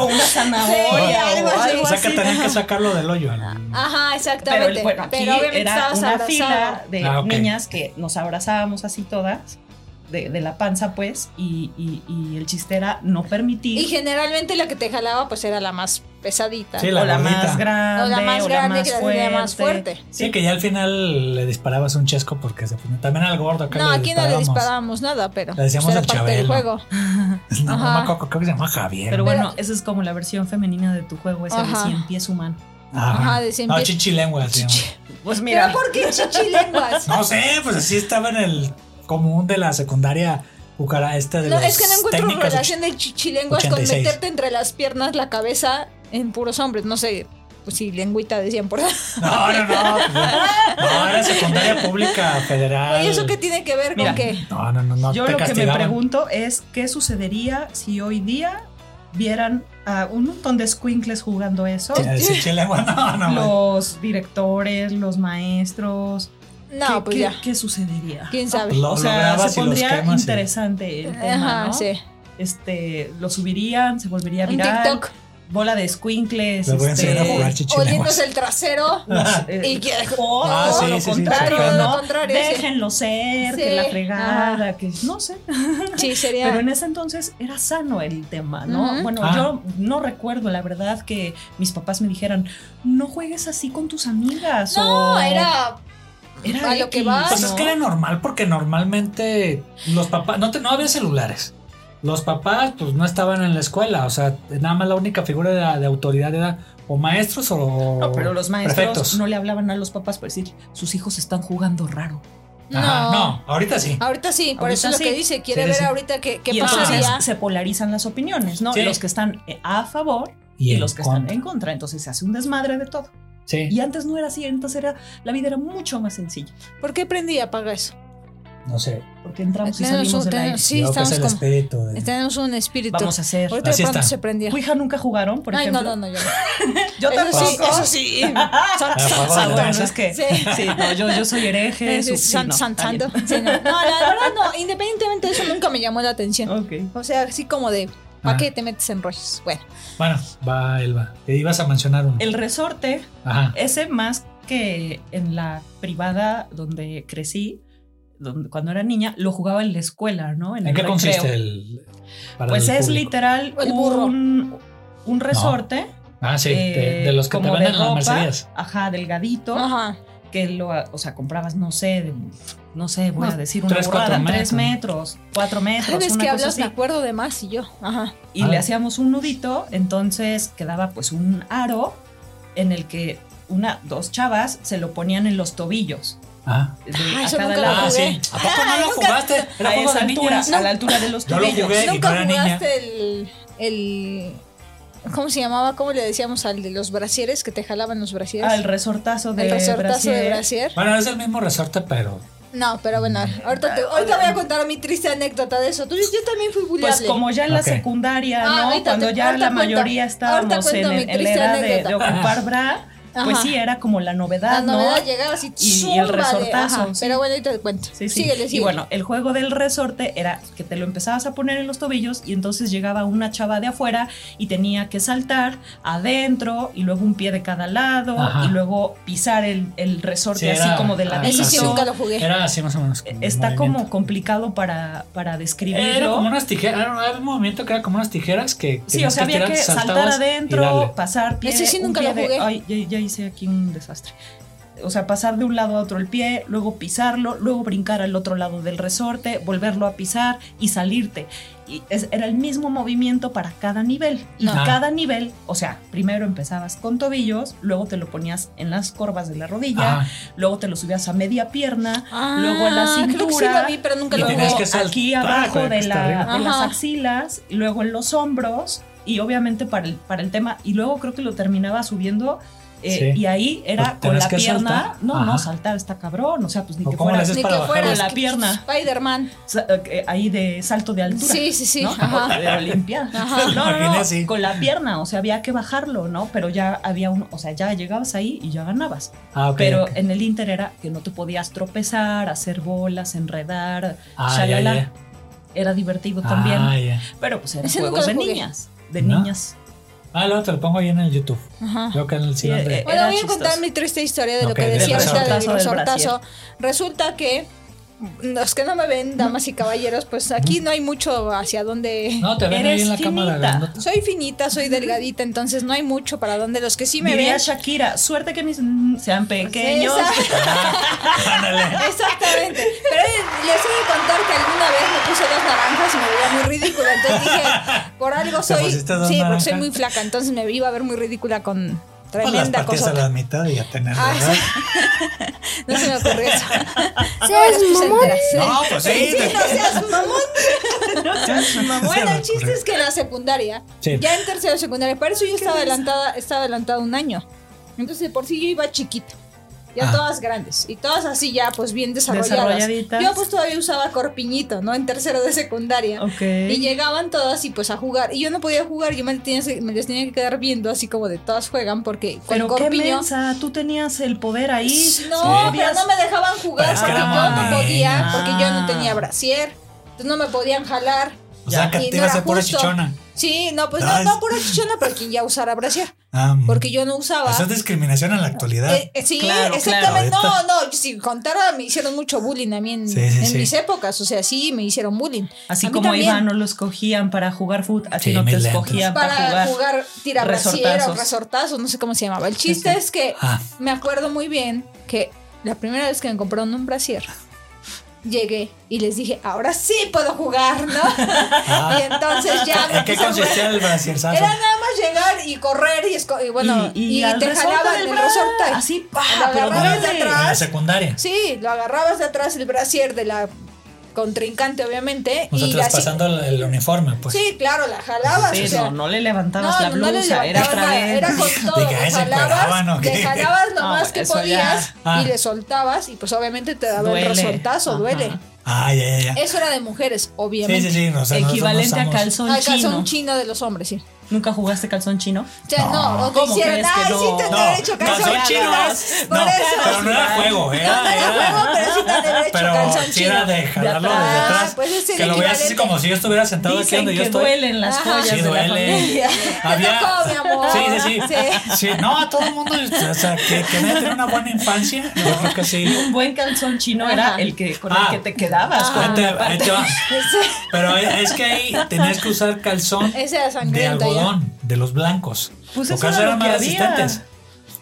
Speaker 2: o una zanahoria
Speaker 1: Sí, Ah, algo
Speaker 2: o
Speaker 1: así. Ah,
Speaker 2: algo
Speaker 3: O sea que
Speaker 2: así,
Speaker 3: tenían que
Speaker 2: ajá.
Speaker 3: sacarlo del hoyo. ¿no?
Speaker 1: Ajá,
Speaker 2: Pero
Speaker 1: exactamente.
Speaker 2: el- bueno, aquí
Speaker 1: obviamente
Speaker 2: era
Speaker 1: estabas
Speaker 2: una
Speaker 1: abrazada.
Speaker 2: fila de
Speaker 3: Ah, ok.
Speaker 2: niñas que nos abrazábamos así todas, de, de la panza pues, y, y- y el chiste era no permitir
Speaker 1: Y generalmente la que te jalaba pues era la más pesadita.
Speaker 3: Sí,
Speaker 2: o la
Speaker 3: gordita.
Speaker 2: más grande,
Speaker 1: O la más grande que la tenía
Speaker 2: fuerte.
Speaker 1: más fuerte.
Speaker 3: Sí, que ya al final le disparabas un chesco porque se ponía. También al gordo acá
Speaker 1: no,
Speaker 3: le
Speaker 1: aquí no le
Speaker 3: disparábamos.
Speaker 1: disparábamos nada, pero
Speaker 3: Le decíamos
Speaker 1: pues, era
Speaker 3: el
Speaker 1: parte del
Speaker 3: Chabelo.
Speaker 1: juego.
Speaker 3: No, no
Speaker 1: Ajá.
Speaker 3: me acuerdo, creo que se llama Javier.
Speaker 2: Pero bueno, esa es como la versión femenina de tu juego, ese de
Speaker 1: Ajá.
Speaker 2: cien pies humano.
Speaker 1: Ajá, de cien
Speaker 3: No,
Speaker 1: pies.
Speaker 3: chichilengua. se llama.
Speaker 2: Pues
Speaker 1: ¿Pero por qué chichilenguas?
Speaker 3: No sé, pues así estaba en el común de la secundaria Bucara esta de
Speaker 1: No,
Speaker 3: las
Speaker 1: es que no encuentro
Speaker 3: técnicas
Speaker 1: relación del chichilenguas con
Speaker 3: 86.
Speaker 1: meterte entre las piernas la cabeza en puros hombres. No sé, pues si lengüita decían por ahí.
Speaker 3: No, no, no. pues, No, era secundaria pública federal.
Speaker 1: ¿Y eso qué tiene que ver
Speaker 2: Mira.
Speaker 1: con qué?
Speaker 3: No, no, no, no.
Speaker 2: Yo
Speaker 3: te
Speaker 2: lo que me
Speaker 3: castigaban.
Speaker 2: pregunto es qué sucedería si hoy día vieran a un montón de squinkles jugando eso.
Speaker 3: Sí, sí, chile, bueno, no, no.
Speaker 2: Los directores, los maestros.
Speaker 1: No,
Speaker 2: ¿qué,
Speaker 1: pues
Speaker 2: qué-
Speaker 1: ya.
Speaker 2: qué sucedería?
Speaker 1: ¿Quién
Speaker 3: Lo,
Speaker 1: sabe?
Speaker 3: lo
Speaker 2: O sea,
Speaker 3: grabas
Speaker 2: se
Speaker 3: y los
Speaker 2: pondría
Speaker 3: quemas. y-
Speaker 2: interesante Ah, pues, el tema,
Speaker 1: Ajá,
Speaker 2: ¿no?
Speaker 1: sí.
Speaker 2: Este, lo subirían, se volvería
Speaker 1: Un
Speaker 2: viral.
Speaker 1: TikTok. eh,
Speaker 2: Bola de squinkles.
Speaker 3: Les voy a enseñar a
Speaker 2: este,
Speaker 3: jugar chichilenguas.
Speaker 1: Oliéndose el trasero.
Speaker 2: los, eh,
Speaker 1: Y que-
Speaker 2: o
Speaker 3: Ah,
Speaker 2: o
Speaker 3: sí,
Speaker 2: lo
Speaker 3: sí, sí,
Speaker 2: contrario,
Speaker 3: sí, sí.
Speaker 2: ¿no?
Speaker 1: Lo contrario, sí.
Speaker 2: Déjenlo ser, que
Speaker 1: Sí,
Speaker 2: la fregada, que no sé.
Speaker 1: Sí, sería.
Speaker 2: Pero en ese entonces era sano el tema, ¿no?
Speaker 1: Ujú.
Speaker 2: Bueno,
Speaker 3: Ah.
Speaker 2: yo no recuerdo, la verdad, que mis papás me dijeran, no juegues así con tus amigas.
Speaker 1: No,
Speaker 2: o-
Speaker 1: era.
Speaker 2: Era
Speaker 1: a lo que
Speaker 2: X,
Speaker 1: vas.
Speaker 3: Pues
Speaker 2: Ah, ¿no?
Speaker 3: es que era normal porque normalmente los papás, no, te- no había celulares. Los papás pues no estaban en la escuela, o sea, nada más la única figura de, de autoridad era o maestros o...
Speaker 2: No, pero los maestros
Speaker 3: prefectos.
Speaker 2: no le hablaban a los papás para decir, sus hijos están jugando raro.
Speaker 3: Ajá,
Speaker 1: no.
Speaker 3: no, ahorita sí.
Speaker 2: Ah,
Speaker 1: Ahorita sí, por
Speaker 2: Ahorita
Speaker 1: eso es lo
Speaker 2: sí.
Speaker 1: que dice. Quiere
Speaker 3: Sí,
Speaker 1: ver
Speaker 3: sí.
Speaker 1: ahorita qué, qué
Speaker 2: y entonces
Speaker 1: pasaría.
Speaker 2: se polarizan las opiniones, ¿no?
Speaker 3: Sí.
Speaker 2: Los que están eh, a favor y,
Speaker 3: en
Speaker 2: los que
Speaker 3: contra.
Speaker 2: están en contra. Entonces se hace un desmadre de todo.
Speaker 3: Sí,
Speaker 2: Y antes no era así, entonces era, la vida era mucho más sencilla.
Speaker 1: ¿Por qué prendí y apaga eso?
Speaker 3: no sé.
Speaker 2: Porque entramos y
Speaker 1: Tenemos
Speaker 2: salimos
Speaker 1: un-
Speaker 2: del aire.
Speaker 1: Sí,
Speaker 3: Creo que es
Speaker 1: estamos
Speaker 3: el
Speaker 1: como-
Speaker 3: espíritu. de-
Speaker 2: este
Speaker 1: Tenemos un espíritu.
Speaker 2: Vamos a hacer.
Speaker 1: Ahorita
Speaker 3: Así
Speaker 1: de pronto
Speaker 3: está.
Speaker 1: se prendía.
Speaker 2: Ouija nunca jugaron, por
Speaker 1: Ay,
Speaker 2: ejemplo.
Speaker 1: no, no, no, yo
Speaker 2: Yo
Speaker 1: Eso
Speaker 2: tampoco.
Speaker 1: sí, eso sí. San-
Speaker 3: Ah,
Speaker 1: san-
Speaker 3: por favor,
Speaker 1: santo.
Speaker 3: ¿verdad?
Speaker 2: Bueno, es que sí,
Speaker 1: Sí.
Speaker 2: no, yo, yo soy hereje.
Speaker 1: Sí,
Speaker 2: su- sí,
Speaker 1: san-
Speaker 2: no,
Speaker 1: san-
Speaker 2: está bien.
Speaker 1: santo. Sí, no. No, la verdad no, independientemente de eso nunca me llamó la atención.
Speaker 2: Ok.
Speaker 1: O sea, así como de, ¿para
Speaker 3: Ah.
Speaker 1: qué te metes en rollos? Bueno,
Speaker 3: Bueno, va, Elba. Te ibas a mencionar uno.
Speaker 2: El resorte,
Speaker 3: Ajá.
Speaker 2: ese más que en la privada donde crecí, donde, cuando era niña, lo jugaba en la escuela, ¿no?
Speaker 3: ¿En
Speaker 2: el
Speaker 3: qué
Speaker 2: recreo.
Speaker 3: consiste el... para
Speaker 2: Pues
Speaker 3: el
Speaker 2: es
Speaker 3: público?
Speaker 2: literal
Speaker 1: El burro.
Speaker 2: un, un resorte.
Speaker 3: Ah, sí, de,
Speaker 2: eh,
Speaker 3: de los que te
Speaker 2: como de
Speaker 3: venden en las
Speaker 2: ropa,
Speaker 3: mercerías.
Speaker 2: Ajá, delgadito.
Speaker 1: ajá.
Speaker 2: que lo, o sea, comprabas, no sé, de- no sé, voy a
Speaker 1: No,
Speaker 2: decir una
Speaker 3: tres,
Speaker 2: burrada,
Speaker 3: cuatro
Speaker 2: tres metros, cuatro
Speaker 1: Cada
Speaker 2: metros,
Speaker 1: vez
Speaker 2: una
Speaker 1: que
Speaker 2: cosa
Speaker 1: hablas me
Speaker 2: así.
Speaker 1: acuerdo de más y yo. Ajá.
Speaker 2: Y
Speaker 3: Ah.
Speaker 2: le hacíamos un nudito, entonces quedaba pues un aro en el que una, dos chavas se lo ponían en los tobillos.
Speaker 3: Ah,
Speaker 2: de-
Speaker 1: Ah,
Speaker 2: a
Speaker 1: eso
Speaker 2: cada
Speaker 1: nunca lo
Speaker 2: lado.
Speaker 3: ah
Speaker 1: jugué.
Speaker 3: sí. ¿A poco no lo jugaste? Era
Speaker 2: a
Speaker 3: juego
Speaker 2: esa
Speaker 3: de
Speaker 2: altura,
Speaker 3: niñas.
Speaker 2: a la altura de los
Speaker 3: Yo lo
Speaker 2: tobillos.
Speaker 3: jugué. Sí, no
Speaker 1: ¿Nunca
Speaker 3: era niña.
Speaker 1: jugaste el, el. ¿Cómo se llamaba? ¿Cómo le decíamos al de los brasieres que te jalaban los brasieres?
Speaker 2: Al resortazo de
Speaker 1: el resortazo de
Speaker 2: Eh, brasier.
Speaker 1: brasier.
Speaker 3: Bueno, es el mismo resorte, pero
Speaker 1: No, pero bueno, ahorita, te, ahorita voy a contar mi triste anécdota de eso. Tú, yo también fui buleable.
Speaker 2: Pues como ya en la
Speaker 3: Ok.
Speaker 2: secundaria,
Speaker 1: Ah,
Speaker 2: ¿no?
Speaker 1: ahorita te-
Speaker 2: Cuando ya
Speaker 1: ahorita
Speaker 2: la
Speaker 1: cuento.
Speaker 2: mayoría estábamos
Speaker 1: Ahorita
Speaker 2: en,
Speaker 1: cuento mi
Speaker 2: en la
Speaker 1: triste
Speaker 2: edad de,
Speaker 1: anécdota.
Speaker 2: de ocupar bra, pues
Speaker 1: Ajá.
Speaker 2: sí, era como la
Speaker 1: la
Speaker 2: novedad,
Speaker 1: novedad
Speaker 2: ¿no?
Speaker 1: llegaba así.
Speaker 2: Y- y el
Speaker 1: zúmbale,
Speaker 2: resortazo,
Speaker 1: ajá.
Speaker 2: sí.
Speaker 1: Pero bueno, ahorita te cuento.
Speaker 2: Sí, sí.
Speaker 1: Síguele,
Speaker 2: Y
Speaker 1: síguele.
Speaker 2: bueno, el juego del resorte era que te lo empezabas a poner en los tobillos y entonces llegaba una chava de afuera y tenía que saltar adentro y luego un pie de cada lado
Speaker 3: Ajá.
Speaker 2: y luego pisar el, el resorte
Speaker 3: Sí,
Speaker 2: así
Speaker 3: era-
Speaker 2: como de
Speaker 3: ah,
Speaker 2: la
Speaker 1: Ese sí
Speaker 3: Eso.
Speaker 1: nunca lo jugué.
Speaker 3: era así más o menos. como un
Speaker 2: Está
Speaker 3: movimiento.
Speaker 2: como complicado para, para describirlo.
Speaker 3: Era como unas tijeras, era un- había un movimiento que era como unas tijeras que...
Speaker 2: Sí, o sea, había que saltar adentro, pasar pie.
Speaker 1: Ese sí
Speaker 2: un
Speaker 1: nunca
Speaker 2: pie
Speaker 1: lo
Speaker 2: de-
Speaker 1: jugué.
Speaker 2: ay, ya, ya hice aquí un desastre. O sea, pasar de un lado a otro el pie, luego pisarlo, luego brincar al otro lado del resorte, volverlo a pisar y salirte. Y es- era el mismo movimiento para cada nivel. Y
Speaker 3: No.
Speaker 2: cada nivel, o sea, primero empezabas con tobillos, luego te lo ponías en las corvas de la rodilla,
Speaker 3: Ah,
Speaker 2: luego te lo subías a media pierna,
Speaker 1: Ah,
Speaker 2: luego a la
Speaker 1: Creo que sí
Speaker 2: cintura,
Speaker 1: lo vi, pero nunca
Speaker 3: y
Speaker 1: lo
Speaker 2: luego
Speaker 3: tenías
Speaker 1: jugué.
Speaker 3: que saltar,
Speaker 2: aquí abajo
Speaker 3: güey, que
Speaker 2: de,
Speaker 3: está
Speaker 2: la-
Speaker 3: arriba.
Speaker 2: de las
Speaker 1: Ajá.
Speaker 2: axilas, y luego en los hombros y obviamente para el, para el tema, y luego creo que lo terminaba subiendo Eh,
Speaker 3: Sí.
Speaker 2: Y ahí era
Speaker 3: Pues,
Speaker 2: con
Speaker 3: ¿tenés
Speaker 2: la
Speaker 3: que
Speaker 2: pierna.
Speaker 3: saltar?
Speaker 2: No, no,
Speaker 3: Ajá.
Speaker 2: saltar está cabrón. O sea, pues ni
Speaker 3: ¿O
Speaker 2: que
Speaker 3: cómo le
Speaker 2: fuera
Speaker 3: haces? Es
Speaker 1: Ni
Speaker 3: para
Speaker 1: que
Speaker 3: bajar
Speaker 1: fuera
Speaker 2: la pierna.
Speaker 1: Spider-Man.
Speaker 2: sa- eh, ahí de salto de altura.
Speaker 1: Sí, sí, sí,
Speaker 2: ¿no?
Speaker 1: ajá.
Speaker 2: De Olimpiada.
Speaker 1: Ajá.
Speaker 2: No, no, no,
Speaker 3: Imaginé así.
Speaker 2: Con la pierna, o sea, había que bajarlo, ¿no? Pero ya había un. O sea, ya llegabas ahí y ya ganabas.
Speaker 3: Ah, ok.
Speaker 2: Pero
Speaker 3: ok.
Speaker 2: en el Inter era que no te podías tropezar, hacer bolas, enredar,
Speaker 3: Ah,
Speaker 2: shalala.
Speaker 3: ya, ya.
Speaker 2: Era divertido también.
Speaker 3: Ah, ya.
Speaker 2: Pero pues eran
Speaker 1: Ese nunca
Speaker 2: juegos de
Speaker 1: lo jugué.
Speaker 2: niñas. De
Speaker 3: ¿No?
Speaker 2: niñas.
Speaker 3: Ah, luego te lo pongo ahí en el YouTube.
Speaker 1: Ajá.
Speaker 3: Creo que en el
Speaker 2: Sí,
Speaker 3: siguiente.
Speaker 2: eh,
Speaker 1: Bueno,
Speaker 2: Era
Speaker 1: voy a
Speaker 2: chistoso.
Speaker 1: contar mi triste historia de lo
Speaker 3: Ok,
Speaker 1: que
Speaker 3: del
Speaker 1: decía ahorita del
Speaker 2: resortazo del
Speaker 1: resortazo. Resulta que los que no me ven, damas y caballeros, pues aquí no hay mucho hacia dónde.
Speaker 3: no, te ven ahí
Speaker 2: eres
Speaker 3: en la cámara.
Speaker 2: finita.
Speaker 3: grandota.
Speaker 1: Soy finita, soy delgadita, entonces no hay mucho para dónde. Los que sí me
Speaker 2: Diría
Speaker 1: ven.
Speaker 2: Shakira, suerte que mis mm, sean pequeños.
Speaker 1: Esa- Exactamente. Pero eh, les he de contar que alguna vez me puse dos naranjas y me veía muy ridícula. Entonces dije, por algo
Speaker 3: ¿Te
Speaker 1: soy.
Speaker 3: pusiste dos
Speaker 1: Sí, porque soy
Speaker 3: naranjas?
Speaker 1: muy flaca, entonces me iba a ver muy ridícula con
Speaker 3: Pues las
Speaker 1: tremenda
Speaker 3: partías a
Speaker 1: cosa.
Speaker 3: la mitad y ya tener,
Speaker 1: Ah,
Speaker 3: ¿verdad?
Speaker 1: No se me ocurrió eso.
Speaker 4: Seas
Speaker 1: Pues,
Speaker 4: mamón.
Speaker 1: enteras.
Speaker 3: No, pues sí.
Speaker 1: Sí, no seas mamón. Ah, Bueno, el
Speaker 3: Se me
Speaker 1: chiste es que en la secundaria,
Speaker 3: Sí.
Speaker 1: ya en tercero de secundaria, para eso yo estaba adelantada, estaba adelantada un año. Entonces de por sí yo iba chiquita. Ya
Speaker 3: Ah.
Speaker 1: todas grandes. Y todas así ya, pues bien desarrolladas.
Speaker 2: Desarrolladitas.
Speaker 1: Yo pues todavía usaba corpiñito, ¿no? En tercero de secundaria.
Speaker 2: Ok.
Speaker 1: Y llegaban todas y pues a jugar. Y yo no podía jugar, yo me, tenía- me les tenía que quedar viendo así como de todas juegan porque con
Speaker 2: Pero qué
Speaker 1: corpiño...
Speaker 2: mensa, tú tenías el poder ahí.
Speaker 1: No,
Speaker 2: Sí.
Speaker 1: pero no me dejaban jugar
Speaker 3: Pero es que
Speaker 1: porque yo
Speaker 3: éramos
Speaker 1: no podía,
Speaker 3: niños.
Speaker 1: porque yo no tenía brasier. Entonces no me podían jalar.
Speaker 3: O sea, que
Speaker 1: Y no
Speaker 3: te ibas
Speaker 1: era
Speaker 3: de pura
Speaker 1: justo.
Speaker 3: chichona.
Speaker 1: Sí, no, pues no,
Speaker 3: Ay.
Speaker 1: no pura chichona porque ya usara brasier.
Speaker 3: Ah,
Speaker 1: Porque yo no usaba.
Speaker 3: Eso es discriminación en la actualidad.
Speaker 1: Eh, eh, sí,
Speaker 2: Claro,
Speaker 1: exactamente.
Speaker 3: claro.
Speaker 1: No, no, si contara, me hicieron mucho bullying a mí en,
Speaker 3: Sí, sí,
Speaker 1: en
Speaker 3: sí.
Speaker 1: mis épocas. O sea, sí, me hicieron bullying.
Speaker 2: Así
Speaker 1: A mí
Speaker 2: como a
Speaker 1: también.
Speaker 2: Iván no lo escogían para jugar fútbol, a ti
Speaker 3: Sí,
Speaker 2: no te
Speaker 3: mis lentes.
Speaker 2: escogían para,
Speaker 1: para
Speaker 2: jugar.
Speaker 1: jugar, tira brasier o
Speaker 2: resortazos.
Speaker 1: resortazos, no sé cómo se llamaba. El chiste
Speaker 2: sí.
Speaker 1: es que
Speaker 3: Ah.
Speaker 1: me acuerdo muy bien que la primera vez que me compraron un brasier, llegué y les dije, ahora sí puedo jugar, ¿no? y entonces ya me
Speaker 3: Ah. ¿En qué
Speaker 1: puse a jugar.
Speaker 3: consistía el brasierzazo?
Speaker 1: Era nada más llegar y correr y, esco- y bueno, y,
Speaker 2: al
Speaker 1: te
Speaker 2: resorte
Speaker 1: jalaban
Speaker 2: del
Speaker 1: el
Speaker 2: bra-
Speaker 1: resorte.
Speaker 2: Así, pa,
Speaker 1: Lo
Speaker 2: pero
Speaker 1: agarrabas de
Speaker 2: dale.
Speaker 1: atrás.
Speaker 3: En la secundaria.
Speaker 1: Sí, lo agarrabas de atrás el brasier de la contrincante, obviamente. y
Speaker 3: Nosotros
Speaker 1: así-
Speaker 3: pasando el, el uniforme, pues.
Speaker 1: Sí, claro, la jalabas.
Speaker 2: Sí,
Speaker 1: o sea,
Speaker 2: no, no le levantabas la
Speaker 1: no, no le
Speaker 2: blusa, era
Speaker 1: levantabas
Speaker 2: otra
Speaker 1: nada,
Speaker 2: vez.
Speaker 1: era con todo.
Speaker 3: De que,
Speaker 1: le
Speaker 3: "Ay, se
Speaker 1: jalabas,
Speaker 3: encueraban, ¿o qué?"
Speaker 1: le jalabas lo
Speaker 2: No,
Speaker 1: más
Speaker 2: bueno,
Speaker 1: que
Speaker 2: eso ya.
Speaker 1: podías
Speaker 3: Ah.
Speaker 1: y le soltabas y pues obviamente te daba
Speaker 2: Duele.
Speaker 1: el resortazo,
Speaker 2: Ajá.
Speaker 1: duele.
Speaker 3: Ah, ya, ya, ya.
Speaker 1: Eso era de mujeres,
Speaker 3: Sí,
Speaker 1: obviamente.
Speaker 3: sí, sí. o sea, nosotros
Speaker 2: Equivalente
Speaker 3: no
Speaker 2: a
Speaker 3: usamos-
Speaker 2: calzón
Speaker 1: Al
Speaker 2: chino.
Speaker 1: calzón chino de los hombres, sí.
Speaker 2: ¿Nunca jugaste calzón chino?
Speaker 1: O sea, no,
Speaker 3: No,
Speaker 1: o te
Speaker 2: ¿cómo
Speaker 1: hicieron,
Speaker 2: crees que
Speaker 1: ay, sí
Speaker 2: no?
Speaker 1: te, te
Speaker 3: No,
Speaker 1: he hecho calzón
Speaker 3: calzón chino.
Speaker 1: chino.
Speaker 3: No,
Speaker 1: Por eso.
Speaker 3: pero no era juego, era.
Speaker 1: No era
Speaker 3: era-
Speaker 1: juego, pero sí te han de haber hecho
Speaker 3: pero
Speaker 1: calzón
Speaker 3: sí era
Speaker 1: chino.
Speaker 3: de jalarlo
Speaker 2: De
Speaker 3: desde
Speaker 1: atrás.
Speaker 3: atrás.
Speaker 1: Ah, pues es el
Speaker 3: que lo veas así
Speaker 1: equivalente.
Speaker 3: como si yo estuviera sentado aquí
Speaker 2: Dicen
Speaker 3: donde yo
Speaker 2: que
Speaker 3: estoy.
Speaker 2: duelen las
Speaker 1: Ajá.
Speaker 2: joyas
Speaker 3: Sí,
Speaker 2: de la
Speaker 3: duele.
Speaker 2: familia.
Speaker 3: Había-
Speaker 1: Te tocó, mi amor.
Speaker 3: Sí, sí, sí,
Speaker 1: Sí.
Speaker 3: Sí, no, a todo el mundo, o sea, que, que nadie tiene una buena infancia, yo creo que sí.
Speaker 2: Un buen calzón chino era
Speaker 1: Ajá.
Speaker 2: el que con
Speaker 3: Ah.
Speaker 2: el que te quedabas.
Speaker 1: Ajá.
Speaker 2: con
Speaker 3: Ahí te,
Speaker 2: una
Speaker 3: ahí
Speaker 2: parte.
Speaker 3: te va. Pero es que ahí tenías que usar calzón
Speaker 1: Ese era
Speaker 3: de
Speaker 1: sangriento ya.
Speaker 3: algodón, de los blancos.
Speaker 2: Pues
Speaker 3: Porque
Speaker 2: eso
Speaker 3: esos
Speaker 2: era
Speaker 3: eran
Speaker 2: lo
Speaker 3: más
Speaker 2: que había.
Speaker 3: resistentes.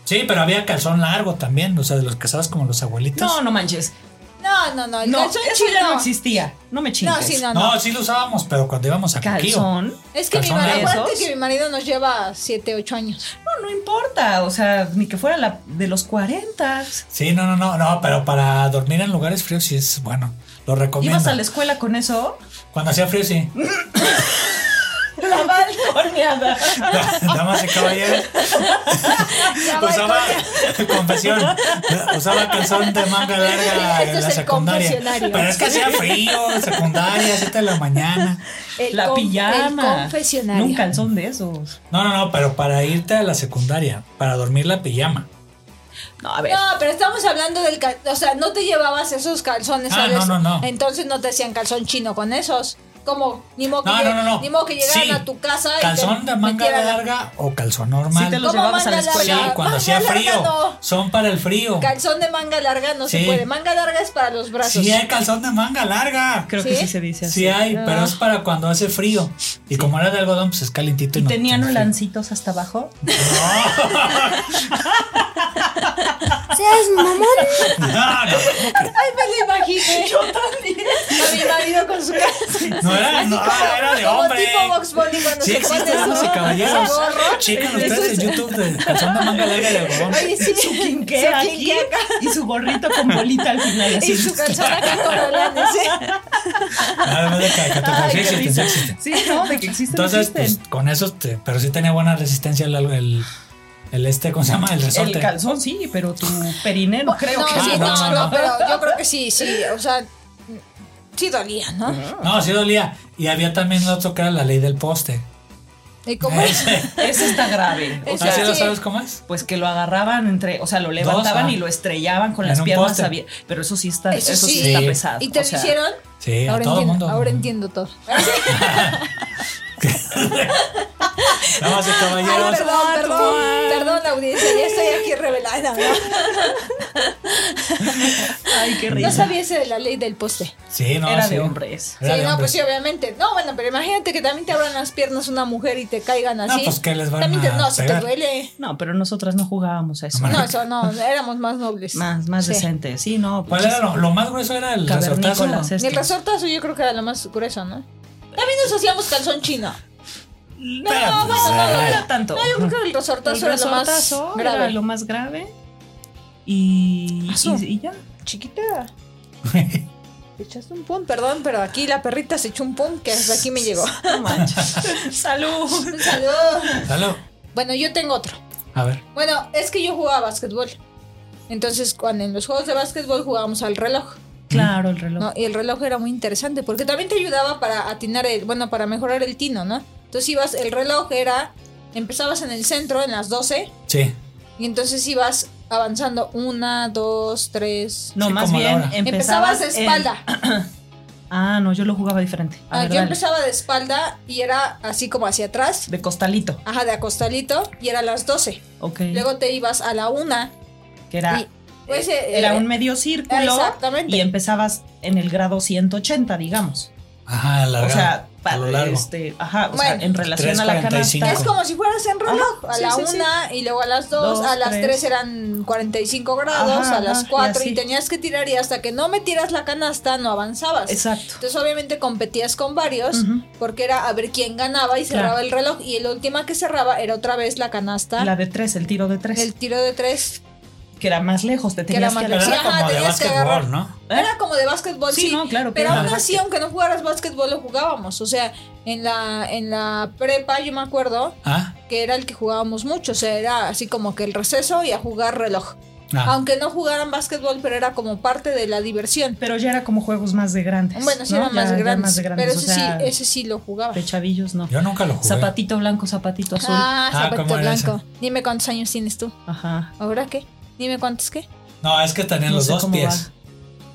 Speaker 3: Sí, pero había calzón largo también, o sea, de los que sabes como los abuelitos.
Speaker 2: No, no manches.
Speaker 1: No, no, no. El
Speaker 2: No,
Speaker 1: calzón
Speaker 2: eso
Speaker 1: chino.
Speaker 2: ya no existía. No me chingues.
Speaker 1: No, sí, no,
Speaker 3: no,
Speaker 1: no.
Speaker 3: sí lo usábamos, pero cuando íbamos a Coquío.
Speaker 2: Calzón.
Speaker 1: Es que mi
Speaker 3: Calzón
Speaker 1: marido,
Speaker 2: de
Speaker 1: acuérdate
Speaker 2: esos.
Speaker 1: que mi marido nos lleva 7, 8 años.
Speaker 2: No, no importa. O sea, ni que fuera la de los 40.
Speaker 3: Sí, no, no, no, no, pero para dormir en lugares fríos sí es bueno. Lo recomiendo.
Speaker 2: ¿Ibas a la escuela con eso?
Speaker 3: Cuando hacía frío, sí.
Speaker 2: La balconeada.
Speaker 3: Damas y caballeros,
Speaker 1: Ya va,
Speaker 3: Pues usaba
Speaker 1: entonces,
Speaker 3: confesión, usaba calzón de manga larga
Speaker 1: Esto
Speaker 3: en
Speaker 1: es
Speaker 3: la
Speaker 1: el
Speaker 3: secundaria.
Speaker 1: confesionario.
Speaker 3: Pero es que hacía frío, secundaria, 7 de la mañana.
Speaker 1: el
Speaker 2: La
Speaker 1: con-
Speaker 2: pijama.
Speaker 1: El confesionario.
Speaker 2: Un calzón de esos.
Speaker 3: No, no, no, pero para irte a la secundaria, para dormir la pijama.
Speaker 2: No, a ver.
Speaker 1: No, pero estamos hablando del cal- O sea, no te llevabas esos calzones,
Speaker 3: Ah,
Speaker 1: ¿sabes?
Speaker 3: no, no, no.
Speaker 1: Entonces no te hacían calzón chino con esos. Como, ni modo que,
Speaker 3: No, no, no, no.
Speaker 1: ni modo que llegaran
Speaker 3: Sí.
Speaker 1: a tu casa y
Speaker 3: Calzón
Speaker 1: te
Speaker 3: de manga
Speaker 1: metieran-
Speaker 3: larga o calzón normal.
Speaker 2: Sí te lo-
Speaker 1: ¿Cómo
Speaker 2: llevabas a la
Speaker 1: manga
Speaker 3: Sí,
Speaker 2: escuela?
Speaker 1: larga?
Speaker 3: cuando
Speaker 1: Manga
Speaker 3: hacía
Speaker 1: larga
Speaker 3: frío.
Speaker 1: no.
Speaker 3: Son para el frío.
Speaker 1: Calzón de manga larga no se
Speaker 3: Sí.
Speaker 1: puede. Manga larga es para los brazos.
Speaker 3: Sí hay calzón de manga larga.
Speaker 2: Creo
Speaker 1: ¿Sí?
Speaker 2: que sí se dice así.
Speaker 3: Sí hay, pero es para cuando hace frío. Y como era de algodón, pues es calentito.
Speaker 2: ¿Y
Speaker 3: no-
Speaker 2: tenían
Speaker 3: no-
Speaker 2: olancitos hasta abajo?
Speaker 4: Seas mamón.
Speaker 3: No, no,
Speaker 1: Ay, me lo imaginé. Yo también. A mi marido con su calzón.
Speaker 3: no era, no, Ah, era de
Speaker 1: como
Speaker 3: hombre.
Speaker 1: tipo Box Bunny cuando
Speaker 3: Sí
Speaker 1: se pone
Speaker 3: existen
Speaker 1: su-
Speaker 3: damas y caballeros.
Speaker 1: su gorro.
Speaker 3: Chequen
Speaker 1: Y
Speaker 3: ustedes
Speaker 1: eso
Speaker 3: en YouTube de calzón de manga larga de algodón.
Speaker 1: Oye, sí.
Speaker 2: Su
Speaker 1: Su
Speaker 2: quinqué aquí
Speaker 1: quinqué acá.
Speaker 2: y su gorrito con bolita al final. así.
Speaker 1: Y su calzón acá con olanes. ¿eh?
Speaker 3: Nada más Ah, de caricatura.
Speaker 2: Ay,
Speaker 3: Sí
Speaker 2: qué
Speaker 3: existen, sí
Speaker 2: risa.
Speaker 3: existen.
Speaker 2: Sí, no, de que existen,
Speaker 3: Entonces,
Speaker 2: existen.
Speaker 3: este, pues con eso, te- pero sí tenía buena resistencia el, el, El este, ¿cómo se llama? El resorte.
Speaker 2: El calzón, sí, pero tu periné no creo
Speaker 1: no,
Speaker 2: que.
Speaker 1: sí,
Speaker 3: no,
Speaker 1: no,
Speaker 3: no,
Speaker 1: no,
Speaker 3: no.
Speaker 1: pero yo creo que sí, sí, o sea, sí dolía, ¿no?
Speaker 3: No, sí dolía. Y había también el otro que era la ley del poste.
Speaker 1: Y
Speaker 3: Eh,
Speaker 1: como
Speaker 3: Ese.
Speaker 2: Ese está grave. O
Speaker 1: Ese
Speaker 2: sea,
Speaker 3: ¿Así ¿Ah, lo
Speaker 1: sí.
Speaker 3: sabes cómo es?
Speaker 2: pues que lo agarraban entre, o sea, lo levantaban
Speaker 3: ah.
Speaker 2: y lo estrellaban con
Speaker 3: En
Speaker 2: las
Speaker 3: un
Speaker 2: piernas
Speaker 3: poste.
Speaker 2: abiertas. Pero eso sí está,
Speaker 1: Eso
Speaker 2: eso, sí.
Speaker 1: sí.
Speaker 2: está
Speaker 3: Sí.
Speaker 2: pesado.
Speaker 1: y te
Speaker 2: o sea,
Speaker 1: dijeron,
Speaker 3: Sí,
Speaker 1: ahora
Speaker 3: a todo
Speaker 1: entiendo,
Speaker 3: mundo.
Speaker 1: ahora entiendo todo.
Speaker 3: Damas y
Speaker 1: Ay,
Speaker 3: caballeros.
Speaker 1: Ah, perdón, perdón, perdón, audiencia, ya estoy aquí revelada. ¿no?
Speaker 2: Ay, qué
Speaker 1: No
Speaker 2: risa.
Speaker 1: sabía ese de la ley del poste.
Speaker 3: Sí, no,
Speaker 2: Era
Speaker 3: sí.
Speaker 2: de hombres.
Speaker 1: Sí,
Speaker 3: Era de
Speaker 1: no, pues
Speaker 3: hombres.
Speaker 1: sí, obviamente. No, bueno, pero imagínate que también te abran las piernas una mujer y te caigan así.
Speaker 3: pues, ¿qué les van
Speaker 1: También te-
Speaker 3: a
Speaker 1: No, si te
Speaker 3: pegar?
Speaker 1: duele.
Speaker 2: No, pero nosotras no jugábamos a eso.
Speaker 3: No,
Speaker 1: No, eso no, éramos más nobles.
Speaker 2: Más, más
Speaker 1: Sí.
Speaker 2: decente. Sí, no. pues,
Speaker 3: ¿Cuál
Speaker 2: pinches
Speaker 3: era lo, lo más grueso? Era el resortazo.
Speaker 2: Cavernícolas.
Speaker 1: Y el
Speaker 2: estos.
Speaker 1: resortazo yo creo que era lo más grueso, ¿no? También nos hacíamos calzón chino. No,
Speaker 3: Pero,
Speaker 1: bueno,
Speaker 3: pues,
Speaker 1: no,
Speaker 2: No
Speaker 1: no,
Speaker 3: eh.
Speaker 1: no.
Speaker 2: era tanto.
Speaker 1: No, yo creo que el
Speaker 2: El
Speaker 1: resortazo,
Speaker 2: resortazo
Speaker 1: era lo más grave.
Speaker 2: Era lo más grave. Y,
Speaker 1: Asu.
Speaker 2: y- y ya.
Speaker 1: Chiquita. Te echaste un pum, perdón, pero aquí la perrita se echó un pum que hasta aquí me llegó.
Speaker 2: No manches. Salud.
Speaker 1: Un saludo.
Speaker 3: Salud.
Speaker 1: Bueno, yo tengo otro.
Speaker 3: A ver.
Speaker 1: Bueno, es que yo jugaba a básquetbol. Entonces, cuando en los juegos de básquetbol jugábamos al reloj.
Speaker 2: Claro, el reloj.
Speaker 1: ¿no? Y el reloj era muy interesante porque también te ayudaba para atinar el, bueno, para mejorar el tino, ¿no? Entonces ibas, el reloj era, empezabas en el centro, en las 12,
Speaker 3: Sí.
Speaker 1: y entonces ibas avanzando una, dos, tres.
Speaker 2: No,
Speaker 3: Sí,
Speaker 2: más
Speaker 3: como la
Speaker 2: bien
Speaker 3: hora.
Speaker 1: Empezabas
Speaker 2: empezabas
Speaker 1: de
Speaker 2: en-
Speaker 1: espalda.
Speaker 2: Ah, no, yo lo jugaba diferente. A
Speaker 1: Ah,
Speaker 2: ver,
Speaker 1: yo
Speaker 2: dale.
Speaker 1: empezaba de espalda y era así como hacia atrás,
Speaker 2: De costalito.
Speaker 1: ajá, de acostalito, y era las 12.
Speaker 2: Ok.
Speaker 1: Luego te ibas a la una.
Speaker 2: que era,
Speaker 1: y, pues, eh,
Speaker 2: era
Speaker 1: eh,
Speaker 2: un medio círculo.
Speaker 1: Exactamente.
Speaker 2: Y empezabas en el grado 180, digamos.
Speaker 3: Ajá, alargado.
Speaker 2: O sea, pa-
Speaker 3: a lo largo.
Speaker 2: este, ajá, o
Speaker 1: Bueno.
Speaker 2: sea, en relación a la canasta.
Speaker 3: 3.45.
Speaker 1: Es como si fueras en reloj,
Speaker 2: Ajá,
Speaker 1: a
Speaker 2: sí,
Speaker 1: la
Speaker 2: sí, sí.
Speaker 1: una y luego a las dos,
Speaker 2: Dos,
Speaker 1: a las tres.
Speaker 2: tres.
Speaker 1: eran 45 grados,
Speaker 2: Ajá,
Speaker 1: a las
Speaker 2: ajá, y
Speaker 1: cuatro y,
Speaker 2: así.
Speaker 1: tenías que tirar y hasta que no metieras la canasta no avanzabas.
Speaker 2: Exacto.
Speaker 1: Entonces obviamente competías con varios
Speaker 2: Ujú.
Speaker 1: porque era a ver quién ganaba y
Speaker 2: Claro.
Speaker 1: cerraba el reloj y la última que cerraba era otra vez la canasta,
Speaker 2: La de tres, el tiro de tres.
Speaker 1: el tiro de tres.
Speaker 2: que era más lejos, te
Speaker 1: Que era
Speaker 2: tenías
Speaker 1: más
Speaker 2: que
Speaker 3: Pero
Speaker 1: lejos.
Speaker 2: agarrar.
Speaker 3: era
Speaker 1: Ajá,
Speaker 3: como de
Speaker 1: tenías que agarrar.
Speaker 3: básquetbol, ¿no?
Speaker 2: ¿Eh?
Speaker 1: Era como de básquetbol, sí.
Speaker 2: Sí, no, claro.
Speaker 1: Pero
Speaker 2: era
Speaker 1: aún
Speaker 2: de
Speaker 1: así, aunque no jugaras básquetbol, lo jugábamos. O sea, en la, en la prepa yo me acuerdo
Speaker 3: Ah,
Speaker 1: que era el que jugábamos mucho, o sea, era así como que el receso y a jugar reloj.
Speaker 3: ah.
Speaker 1: Aunque no jugaran básquetbol, pero era como parte de la diversión.
Speaker 2: Pero ya era como juegos más de grandes.
Speaker 1: Bueno, sí
Speaker 2: ¿no?
Speaker 1: eran
Speaker 2: Ya-
Speaker 1: más
Speaker 2: ya
Speaker 1: grandes,
Speaker 2: más de grandes.
Speaker 1: pero
Speaker 2: o
Speaker 1: ese,
Speaker 2: sea,
Speaker 1: sí, ese sí lo jugaba.
Speaker 2: de chavillos, no.
Speaker 3: Yo nunca lo jugué.
Speaker 2: Zapatito blanco, zapatito azul.
Speaker 1: Ah,
Speaker 3: Ah,
Speaker 1: zapatito
Speaker 3: ¿cómo era
Speaker 1: blanco. Dime cuántos años tienes tú.
Speaker 2: Ajá.
Speaker 1: ¿Ahora qué? Dime cuántos qué.
Speaker 3: No, es que tenían
Speaker 2: No
Speaker 3: los
Speaker 2: sé
Speaker 3: dos
Speaker 2: cómo
Speaker 3: pies.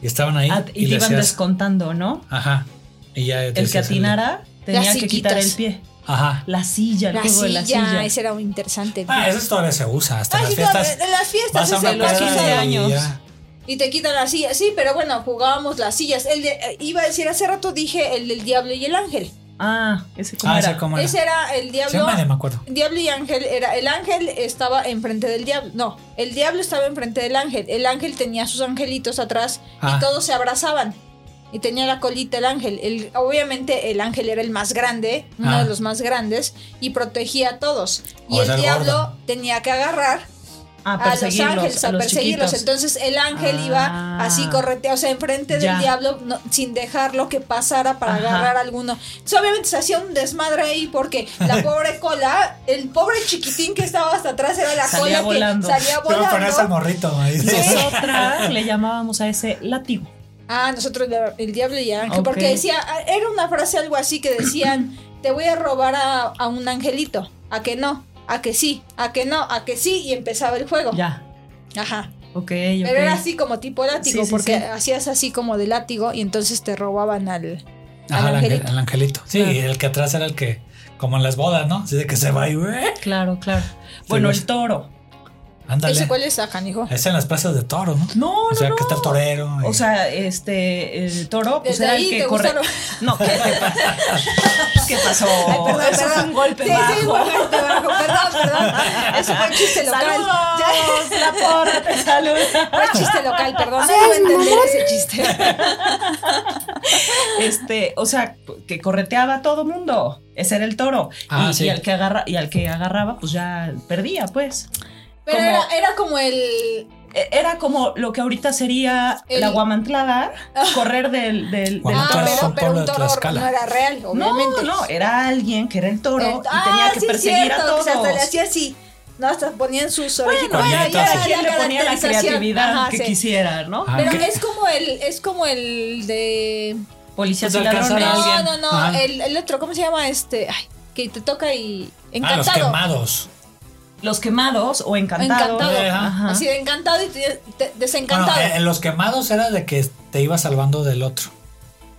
Speaker 3: Y estaban ahí.
Speaker 2: Ah, y
Speaker 3: le
Speaker 2: te iban
Speaker 3: hacías-
Speaker 2: descontando, ¿no?
Speaker 3: Ajá. Y ya te
Speaker 2: El que
Speaker 3: hacías
Speaker 2: atinara tenía
Speaker 1: Las
Speaker 2: que quitar el
Speaker 1: sillitas.
Speaker 2: pie.
Speaker 3: Ajá.
Speaker 2: La silla, el
Speaker 1: La
Speaker 2: juego de
Speaker 1: silla,
Speaker 2: la silla.
Speaker 1: Ah, ese era muy interesante.
Speaker 3: Ah, eso todavía se usa. Hasta
Speaker 1: Ah,
Speaker 3: en las
Speaker 1: sí, no,
Speaker 3: fiestas.
Speaker 1: en las fiestas
Speaker 3: Vas a
Speaker 1: es
Speaker 3: una
Speaker 1: el más
Speaker 2: de
Speaker 3: peda
Speaker 1: usado.
Speaker 3: y
Speaker 2: años.
Speaker 3: ya. Ah,
Speaker 1: Y te quitan la silla. Sí, pero bueno, jugábamos las sillas. El de- eh, iba a decir, hace rato dije el del diablo y el ángel.
Speaker 2: Ah, ese cómo
Speaker 3: Ah,
Speaker 2: era.
Speaker 3: ese cómo era.
Speaker 1: Ese era el
Speaker 3: Sí,
Speaker 1: diablo.
Speaker 3: me me acuerdo.
Speaker 1: Diablo y ángel era el ángel estaba enfrente del diablo. No, el diablo estaba enfrente del ángel. El ángel tenía sus angelitos atrás
Speaker 3: Ah.
Speaker 1: y todos se abrazaban. Y tenía la colita el ángel. El- obviamente el ángel era el más grande, uno
Speaker 3: Ah.
Speaker 1: de los más grandes, y protegía a todos. Y
Speaker 3: O
Speaker 1: el
Speaker 3: sea, el
Speaker 1: diablo
Speaker 3: gordo.
Speaker 1: tenía que agarrar a
Speaker 2: A
Speaker 1: Ah, los
Speaker 2: Ah, perseguirlos,
Speaker 1: ángeles, a,
Speaker 2: los
Speaker 1: perseguirlos.
Speaker 2: chiquitos.
Speaker 1: Entonces el ángel
Speaker 2: Ah.
Speaker 1: iba así correteando, o sea, enfrente del
Speaker 2: Ya.
Speaker 1: diablo, no- sin dejarlo que pasara para
Speaker 2: Ajá.
Speaker 1: agarrar alguno. Entonces, obviamente se hacía un desmadre ahí porque la pobre cola, el pobre chiquitín que estaba hasta atrás era la cola
Speaker 2: Salía volando.
Speaker 1: que salía
Speaker 3: Yo me ponías al
Speaker 1: volando.
Speaker 3: morrito. ahí.
Speaker 2: Nosotras le llamábamos a ese látigo.
Speaker 1: Ah, nosotros la- el diablo y el ángel,
Speaker 2: Ok.
Speaker 1: porque decía, ah, era una frase algo así que decían, te voy a robar a, a un angelito, a que no, a que sí, a que no, a que sí, y empezaba el juego.
Speaker 2: Ya.
Speaker 1: Ajá.
Speaker 2: Ok, ok.
Speaker 1: Oh. Pero era así como tipo látigo,
Speaker 2: Sí, sí,
Speaker 1: porque
Speaker 2: sí.
Speaker 1: hacías así como de látigo y entonces te robaban al, al
Speaker 3: Ajá,
Speaker 1: angelito.
Speaker 3: el angelito. el angelito. Sí,
Speaker 2: Claro.
Speaker 3: el que atrás era el que, como en las bodas, ¿no? Así de que se va y güey.
Speaker 2: Claro, claro. Bueno,
Speaker 3: Sí,
Speaker 2: el toro.
Speaker 1: ¿Ese
Speaker 3: Ándale.
Speaker 1: cuál es Ajan, hijo?
Speaker 3: Es en las plazas de toro, ¿no?
Speaker 2: No,
Speaker 3: O sea,
Speaker 2: no,
Speaker 3: que está el
Speaker 2: no.
Speaker 3: torero. y-
Speaker 2: O sea, este, el toro, pues
Speaker 1: Desde
Speaker 2: era
Speaker 1: ahí
Speaker 2: el
Speaker 1: te
Speaker 2: que corre.
Speaker 1: gustaron.
Speaker 2: No, ¿qué, te pasa? ¿Qué pasó?
Speaker 1: Ay, perdón,
Speaker 2: Oh, Eso
Speaker 1: perdón.
Speaker 2: fue un golpe
Speaker 1: Sí,
Speaker 2: bajo.
Speaker 1: sí, un golpe bajo. Perdón, perdón. Eso fue chiste local.
Speaker 2: Saludos,
Speaker 1: Ya,
Speaker 2: la porra te saluda.
Speaker 1: Fue chiste local, perdón. No
Speaker 4: ¿Sabes,
Speaker 1: iba a entender
Speaker 4: mamá?
Speaker 1: ese chiste.
Speaker 2: Este, o sea, que correteaba a todo mundo. Ese era el toro.
Speaker 3: Ah,
Speaker 2: y,
Speaker 3: sí.
Speaker 2: y al que agarra, y al que agarraba, pues ya perdía, pues.
Speaker 1: Pero
Speaker 2: Como-
Speaker 1: era, era como el...
Speaker 2: E- Era como lo que ahorita sería
Speaker 1: El-
Speaker 2: la guamantlada, correr del, del, del
Speaker 1: Ah,
Speaker 3: Guamantlada.
Speaker 2: toro.
Speaker 1: pero,
Speaker 3: Son
Speaker 1: pero
Speaker 3: Pablo
Speaker 1: un
Speaker 3: de
Speaker 1: toro
Speaker 3: Tlaxcala.
Speaker 1: no era real,
Speaker 2: No,
Speaker 1: obviamente.
Speaker 2: no, era alguien que era el toro
Speaker 1: El-
Speaker 2: y tenía que
Speaker 1: sí es
Speaker 2: perseguir a
Speaker 1: cierto,
Speaker 2: todos.
Speaker 1: que se hasta le hacía así. ¿no? Hasta ponían sus orejitas.
Speaker 2: Bueno, ya,
Speaker 3: ya, ya,
Speaker 2: cada
Speaker 3: ya
Speaker 2: quien le ponía la
Speaker 1: caracterización.
Speaker 2: creatividad
Speaker 1: Ajá,
Speaker 2: que
Speaker 1: sí.
Speaker 2: quisiera, ¿no?
Speaker 3: Ah,
Speaker 1: Pero
Speaker 3: que-
Speaker 1: es como el, es como el de.
Speaker 2: Policías
Speaker 3: Pues
Speaker 2: y ladrones.
Speaker 3: alcanzar a alguien.
Speaker 1: No, no, no.
Speaker 3: Ajá.
Speaker 1: El, el otro, ¿cómo se llama? Este. Ay, que te toca y.
Speaker 3: Ah, los
Speaker 1: Encantado.
Speaker 3: quemados.
Speaker 2: Los quemados o encantados.
Speaker 1: encantado.
Speaker 3: Ajá.
Speaker 2: Ajá.
Speaker 1: Así de encantado y te- te-
Speaker 3: Bueno,
Speaker 1: desencantado.
Speaker 3: eh, los quemados era de que te ibas salvando del otro.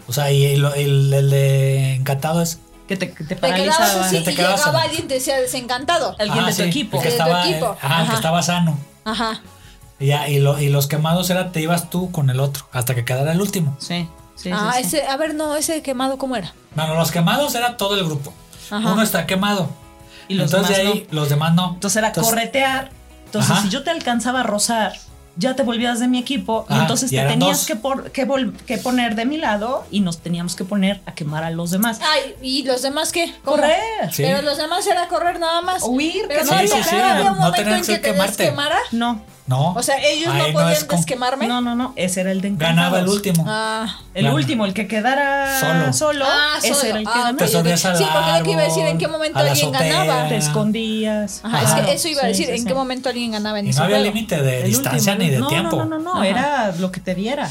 Speaker 3: O sea, y el, el- el de encantado es
Speaker 2: Que te, que te
Speaker 1: te quedabas
Speaker 2: paralizaba.
Speaker 1: así
Speaker 3: Te
Speaker 1: y
Speaker 3: quedabas
Speaker 1: llegaba
Speaker 3: en-
Speaker 1: alguien y te decía desencantado.
Speaker 2: Alguien
Speaker 3: Ajá,
Speaker 2: de tu
Speaker 3: Ah, sí,
Speaker 2: equipo.
Speaker 3: El que
Speaker 1: De tu
Speaker 3: estaba, eh,
Speaker 1: equipo.
Speaker 3: ajá, el que
Speaker 1: Ajá.
Speaker 3: estaba sano.
Speaker 1: Ajá.
Speaker 3: Y, ya, y, lo- y los quemados era te ibas tú con el otro hasta que quedara el último.
Speaker 2: Sí, sí, sí,
Speaker 1: Ah,
Speaker 2: sí.
Speaker 1: ese, a ver, no, ese quemado, ¿cómo era?
Speaker 3: Bueno, los quemados era todo el grupo.
Speaker 1: Ajá.
Speaker 3: Uno está quemado.
Speaker 2: Y los
Speaker 3: Entonces
Speaker 2: demás
Speaker 3: ahí los demás no.
Speaker 2: Entonces era corretear. Entonces,
Speaker 3: Ajá.
Speaker 2: si yo te alcanzaba a rozar, ya te volvías de mi equipo. y
Speaker 3: Ajá,
Speaker 2: entonces
Speaker 3: y
Speaker 2: te
Speaker 3: eran
Speaker 2: tenías
Speaker 3: dos.
Speaker 2: que, por- que vol- que poner de mi lado y nos teníamos que poner a quemar a los demás.
Speaker 1: Ay, ¿y los demás qué? ¿Cómo?
Speaker 2: Correr.
Speaker 3: Sí.
Speaker 1: Pero los demás era correr nada más.
Speaker 2: Huir,
Speaker 1: Pero
Speaker 2: que
Speaker 1: no
Speaker 2: no
Speaker 3: Sí,
Speaker 1: había,
Speaker 3: sí, sí,
Speaker 1: no había un
Speaker 3: no
Speaker 1: momento
Speaker 3: tenías
Speaker 1: en
Speaker 3: que
Speaker 1: que te
Speaker 3: quemarte.
Speaker 1: desquemara.
Speaker 2: No,
Speaker 3: No.
Speaker 1: O sea, ellos
Speaker 3: Ahí
Speaker 1: no podían
Speaker 3: es como-
Speaker 1: desquemarme.
Speaker 2: no, no, no. Ese era el de encantados.
Speaker 3: Ganaba el último.
Speaker 1: Ah.
Speaker 2: El
Speaker 3: Claro.
Speaker 2: último, el que quedara
Speaker 3: Solo.
Speaker 2: solo.
Speaker 1: Ah,
Speaker 2: ese
Speaker 1: solo.
Speaker 2: era el que
Speaker 1: Ah,
Speaker 2: ganaba.
Speaker 1: ok,
Speaker 3: Te subías
Speaker 1: ok.
Speaker 3: al
Speaker 1: Sí, porque yo te iba a decir en qué
Speaker 3: árbol,
Speaker 1: momento
Speaker 3: a la
Speaker 1: alguien ganaba.
Speaker 2: Te
Speaker 3: azotea.
Speaker 2: escondías.
Speaker 1: Ajá,
Speaker 3: Ajá.
Speaker 1: es que eso iba a
Speaker 2: Sí,
Speaker 1: decir,
Speaker 2: sí,
Speaker 1: en
Speaker 2: sí.
Speaker 1: qué momento alguien ganaba en
Speaker 3: Y
Speaker 1: ese
Speaker 3: no había
Speaker 1: juego.
Speaker 3: límite de
Speaker 2: El
Speaker 3: distancia
Speaker 2: último,
Speaker 3: ni de
Speaker 2: no,
Speaker 3: tiempo.
Speaker 2: No, no, no,
Speaker 1: Ajá.
Speaker 2: era lo que te diera.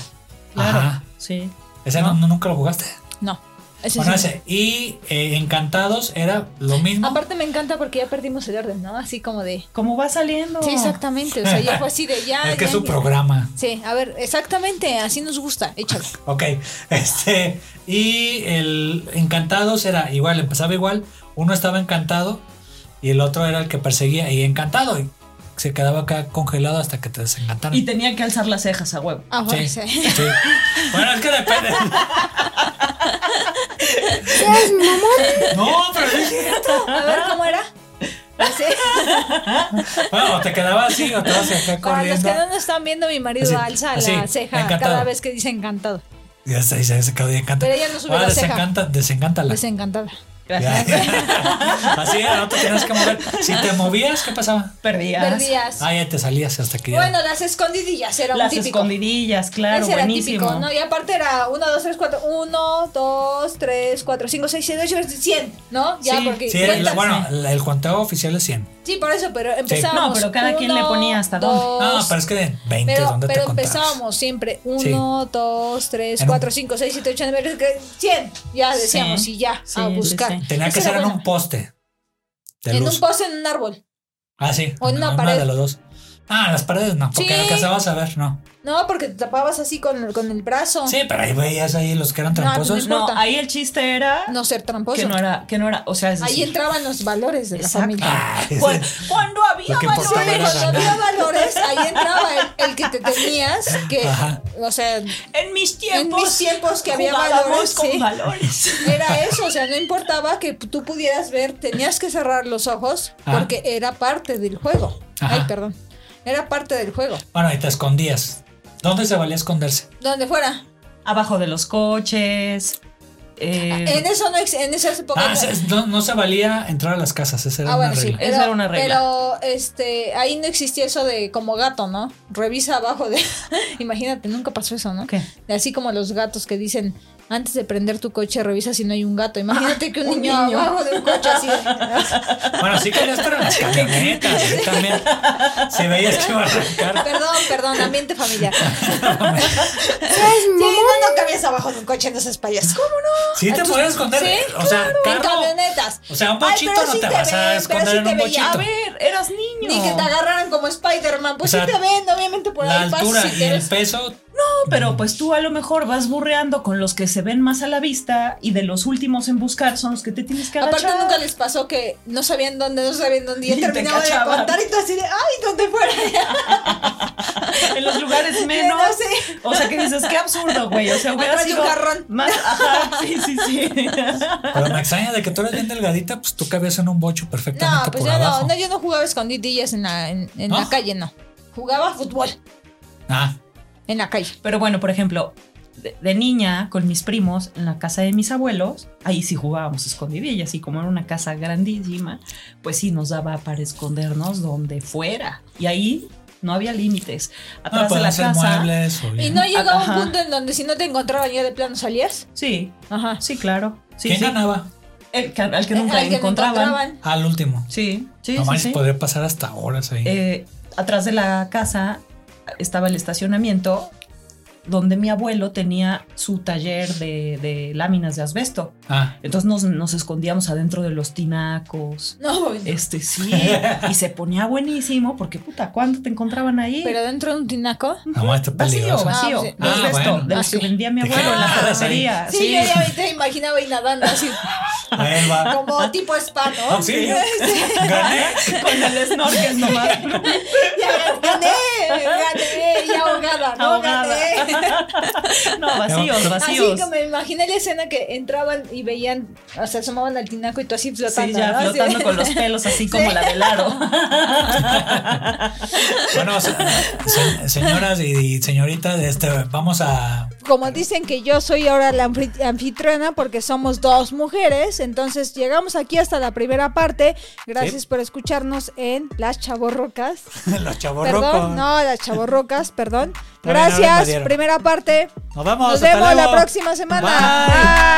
Speaker 2: Claro.
Speaker 3: Ajá.
Speaker 2: Sí.
Speaker 3: Ese no- nunca lo jugaste.
Speaker 1: No. Ese
Speaker 3: Bueno,
Speaker 1: sí.
Speaker 3: ese. Y eh, Encantados era lo mismo.
Speaker 1: Aparte me encanta porque ya perdimos el orden, ¿no? Así como de...
Speaker 2: ¿Cómo va saliendo?
Speaker 1: Sí, exactamente. O sea, ya fue así de ya...
Speaker 3: es que es
Speaker 1: ya-
Speaker 3: un programa.
Speaker 1: Sí, a ver, exactamente, así nos gusta, échalo.
Speaker 3: Ok. Este. Y el Encantados era igual, empezaba igual. Uno estaba encantado y el otro era el que perseguía. Y encantado. Y se quedaba acá congelado hasta que te desencantaron.
Speaker 2: Y tenía que alzar las cejas a huevo.
Speaker 1: Ah, bueno,
Speaker 3: Sí,
Speaker 1: sí.
Speaker 3: sí. Bueno, es que depende.
Speaker 4: ¿Seas mamón?
Speaker 3: No, pero sí.
Speaker 1: A ver, ¿cómo era? Así.
Speaker 3: Bueno, o te quedaba así o te vas
Speaker 1: Para
Speaker 3: acá
Speaker 1: los
Speaker 3: corriendo.
Speaker 1: que no nos están viendo, mi marido
Speaker 3: Así,
Speaker 1: alza
Speaker 3: así,
Speaker 1: la ceja
Speaker 3: encantado.
Speaker 1: cada vez que dice encantado.
Speaker 3: Ya está, ahí se se quedó encantado.
Speaker 1: Pero ella no sube
Speaker 3: Ahora
Speaker 1: la ceja.
Speaker 3: desencanta, desencántala.
Speaker 1: Desencantada.
Speaker 2: Gracias.
Speaker 3: Ya. Así era, no te tenías que mover. Si te movías, ¿qué pasaba?
Speaker 2: Perdías.
Speaker 1: Perdías.
Speaker 3: Ah, ya te salías hasta que ya.
Speaker 1: Bueno, las escondidillas era un
Speaker 2: Las
Speaker 1: típico.
Speaker 2: escondidillas, claro,
Speaker 1: Ese era
Speaker 2: buenísimo.
Speaker 1: típico, ¿no? Y aparte era 1, 2, 3, 4, 1, 2, 3, 4, 5, 6, 7, 8, 100, ¿no? Ya,
Speaker 2: Sí,
Speaker 1: porque
Speaker 3: sí, el-
Speaker 1: cuentas.
Speaker 3: bueno, la- el conteo oficial es 100.
Speaker 1: Sí, por eso, pero empezábamos.
Speaker 2: No, pero cada quien le
Speaker 1: uno,
Speaker 2: ponía hasta
Speaker 1: dos,
Speaker 3: No, pero es que de 20
Speaker 1: Pero,
Speaker 3: ¿dónde
Speaker 1: pero
Speaker 3: te contabas?
Speaker 1: empezábamos siempre 1, 2, 3,
Speaker 3: En un-
Speaker 1: 4, 5, 6, 7, 8, 9, 100. Ya
Speaker 2: Sí.
Speaker 1: decíamos y ya
Speaker 2: Sí,
Speaker 1: a
Speaker 2: sí,
Speaker 1: buscar.
Speaker 2: sí.
Speaker 3: Tenía
Speaker 1: Esa
Speaker 3: que
Speaker 1: era
Speaker 3: ser en
Speaker 1: buena.
Speaker 3: un poste de
Speaker 1: En
Speaker 3: luz.
Speaker 1: un poste, en un árbol.
Speaker 3: ah, sí.
Speaker 1: o en una pared.
Speaker 3: de los dos. Ah, en las paredes no, porque
Speaker 1: Sí.
Speaker 3: alcanzabas a ver, no.
Speaker 1: No, porque te tapabas así con, con el brazo.
Speaker 3: Sí, pero ahí veías ahí los que eran
Speaker 1: No, pues
Speaker 3: tramposos.
Speaker 2: No,
Speaker 1: Corta.
Speaker 2: ahí el chiste era
Speaker 1: No ser tramposo.
Speaker 2: que no era, que no era, o sea, es
Speaker 1: Ahí
Speaker 2: decir,
Speaker 1: entraban los valores de la
Speaker 2: Exacto.
Speaker 1: familia.
Speaker 3: Ah, ese-
Speaker 2: cuan- cuando había
Speaker 3: Lo que
Speaker 1: Sí,
Speaker 3: importaba
Speaker 2: valores
Speaker 1: cuando había valores, ahí entraba el, el que te tenías, que,
Speaker 3: Ajá.
Speaker 1: o sea,
Speaker 2: en mis tiempos,
Speaker 1: mis tiempos que había
Speaker 2: jugábamos
Speaker 1: valores,
Speaker 2: con
Speaker 1: sí.
Speaker 2: valores.
Speaker 1: era eso, o sea, no importaba que tú pudieras ver, tenías que cerrar los ojos
Speaker 3: Ajá.
Speaker 1: porque era parte del juego.
Speaker 3: Ajá.
Speaker 1: Ay, perdón. Era parte del juego.
Speaker 3: Bueno, y te escondías. ¿Dónde se valía esconderse?
Speaker 1: Donde fuera.
Speaker 2: Abajo de los coches. eh,
Speaker 1: En eso no ex- en esas épocas
Speaker 3: Ah,
Speaker 1: no-
Speaker 3: se- no, no se valía entrar a las casas, esa era
Speaker 1: Ah,
Speaker 3: una
Speaker 1: bueno, sí.
Speaker 3: regla.
Speaker 2: Esa era una regla.
Speaker 1: Pero este, ahí no existía eso de como gato, ¿no? Revisa abajo de. Imagínate, nunca pasó eso, ¿no?
Speaker 2: ¿Qué?
Speaker 1: Así como los gatos que dicen, antes de prender tu coche, revisa si no hay un gato. Imagínate que un,
Speaker 2: un
Speaker 1: niño,
Speaker 2: niño.
Speaker 1: abajo de un coche así.
Speaker 3: Bueno, sí querías, pero en las camionetas sí, también. Si veías que iba a arrancar.
Speaker 1: perdón, perdón, ambiente familiar.
Speaker 4: ¿Seas
Speaker 1: Sí,
Speaker 4: mamón?
Speaker 1: no, no cabías abajo de un coche, no seas payaso. ¿Cómo no?
Speaker 3: Sí te
Speaker 1: Entonces,
Speaker 3: podías esconder.
Speaker 1: sí,
Speaker 3: o sea,
Speaker 1: En
Speaker 3: carro.
Speaker 1: camionetas.
Speaker 3: O sea, un
Speaker 1: Ay,
Speaker 3: bochito
Speaker 1: pero
Speaker 3: no
Speaker 1: sí
Speaker 3: te vas a
Speaker 1: ven,
Speaker 3: esconder
Speaker 1: pero sí
Speaker 3: en un
Speaker 1: te veía.
Speaker 3: bochito.
Speaker 1: A
Speaker 2: A
Speaker 1: ver,
Speaker 2: ver, eras niño.
Speaker 1: Ni que te agarraran como Spider-Man. Pues
Speaker 3: O sea,
Speaker 1: sí te ven, obviamente por
Speaker 3: La
Speaker 1: ahí pasas
Speaker 3: altura
Speaker 1: y
Speaker 3: y
Speaker 1: te
Speaker 3: el
Speaker 1: ves.
Speaker 3: peso.
Speaker 2: No, pero pues tú a lo mejor vas burreando con los que se ven más a la vista y de los últimos en buscar son los que te tienes que
Speaker 1: Aparte
Speaker 2: agachar.
Speaker 1: nunca les pasó que no sabían dónde, no sabían dónde. Y
Speaker 2: Y te
Speaker 1: terminaban de
Speaker 2: cachaban.
Speaker 1: contar y tú así de, ay, ¿dónde fuera?
Speaker 2: en los lugares menos.
Speaker 1: No sé.
Speaker 2: O sea, que dices, qué absurdo, güey. O sea, hubiera
Speaker 1: Atrás de un
Speaker 2: sido
Speaker 1: jarrón.
Speaker 2: más. Ajá, sí, sí, sí.
Speaker 3: Pero me extraña de que tú eres bien delgadita, pues tú cabías en un bocho perfectamente
Speaker 1: No, pues
Speaker 3: por
Speaker 1: yo
Speaker 3: abajo.
Speaker 1: no, no, yo no jugaba escondidillas en la, en, en
Speaker 3: ¿No?
Speaker 1: la calle, no. Jugaba fútbol
Speaker 3: Ah,
Speaker 1: en la calle.
Speaker 2: Pero bueno, por ejemplo, de, de niña con mis primos en la casa de mis abuelos, ahí sí jugábamos escondidillas y como era una casa grandísima, pues sí nos daba para escondernos donde fuera. Y ahí no había límites.
Speaker 3: no
Speaker 2: Atrás de
Speaker 3: podían
Speaker 2: la
Speaker 3: ser
Speaker 2: casa.
Speaker 3: Ah, muebles. o
Speaker 1: Y
Speaker 3: bien.
Speaker 1: no llegaba
Speaker 2: Ajá.
Speaker 1: un punto en donde si no te encontraban ya de plano salías.
Speaker 2: Sí,
Speaker 1: Ajá.
Speaker 2: sí, claro. Sí,
Speaker 3: ¿Quién
Speaker 2: sí.
Speaker 3: ganaba?
Speaker 2: el que- al que nunca
Speaker 1: Eh, Al que no
Speaker 2: encontraban.
Speaker 3: Al último.
Speaker 2: Sí, sí,
Speaker 3: no
Speaker 2: sí,
Speaker 3: manches,
Speaker 2: sí.
Speaker 3: podría pasar hasta horas ahí.
Speaker 2: Eh, atrás de la casa estaba el estacionamiento donde mi abuelo tenía su taller de, de láminas de asbesto.
Speaker 3: ah,
Speaker 2: Entonces nos, nos escondíamos adentro de los tinacos.
Speaker 1: No, pues, bueno.
Speaker 2: Este sí. Y se ponía buenísimo porque puta, ¿cuándo te encontraban ahí?
Speaker 1: pero dentro de un tinaco.
Speaker 3: no más está
Speaker 2: vacío,
Speaker 3: peligroso.
Speaker 2: vacío.
Speaker 1: Ah, pues,
Speaker 2: de
Speaker 3: ah,
Speaker 2: asbesto,
Speaker 3: bueno.
Speaker 2: de los
Speaker 1: Ah,
Speaker 2: que
Speaker 1: sí.
Speaker 2: vendía mi
Speaker 3: Te
Speaker 2: abuelo en la
Speaker 3: quedas ahí.
Speaker 2: ferretería.
Speaker 1: Sí, yo ya te imaginaba ahí nadando así,
Speaker 3: Ahí va.
Speaker 1: como tipo spa, ¿no?
Speaker 3: Auxilio. Gané.
Speaker 2: Con el snorkel nomás.
Speaker 1: Ya gané, gané, ya ahogada, ¿no?
Speaker 2: Ahogada.
Speaker 1: Gané.
Speaker 2: No, vacíos, vacíos.
Speaker 1: Así que me imaginé la escena que entraban y veían, o sea, asomaban al tinaco y tú así
Speaker 2: Sí,
Speaker 1: flotando.
Speaker 2: ya
Speaker 1: ¿no? Así.
Speaker 2: flotando con los pelos así como la de Laro.
Speaker 3: Bueno, se- se- señoras y señoritas, este, vamos a.
Speaker 1: Como dicen que yo soy ahora la anfit- anfitriona porque somos dos mujeres, entonces llegamos aquí hasta la primera parte. Gracias por escucharnos en Las Chavorrocas.
Speaker 3: Los chavos rocos.
Speaker 1: Perdón, no, Las Chavorrocas, perdón.
Speaker 3: Está bien, no me
Speaker 1: Gracias,
Speaker 3: invadieron.
Speaker 1: primera parte.
Speaker 3: Nos vemos.
Speaker 1: Nos
Speaker 3: hasta
Speaker 1: vemos la
Speaker 3: luego.
Speaker 1: próxima semana.
Speaker 3: Bye.
Speaker 1: Bye.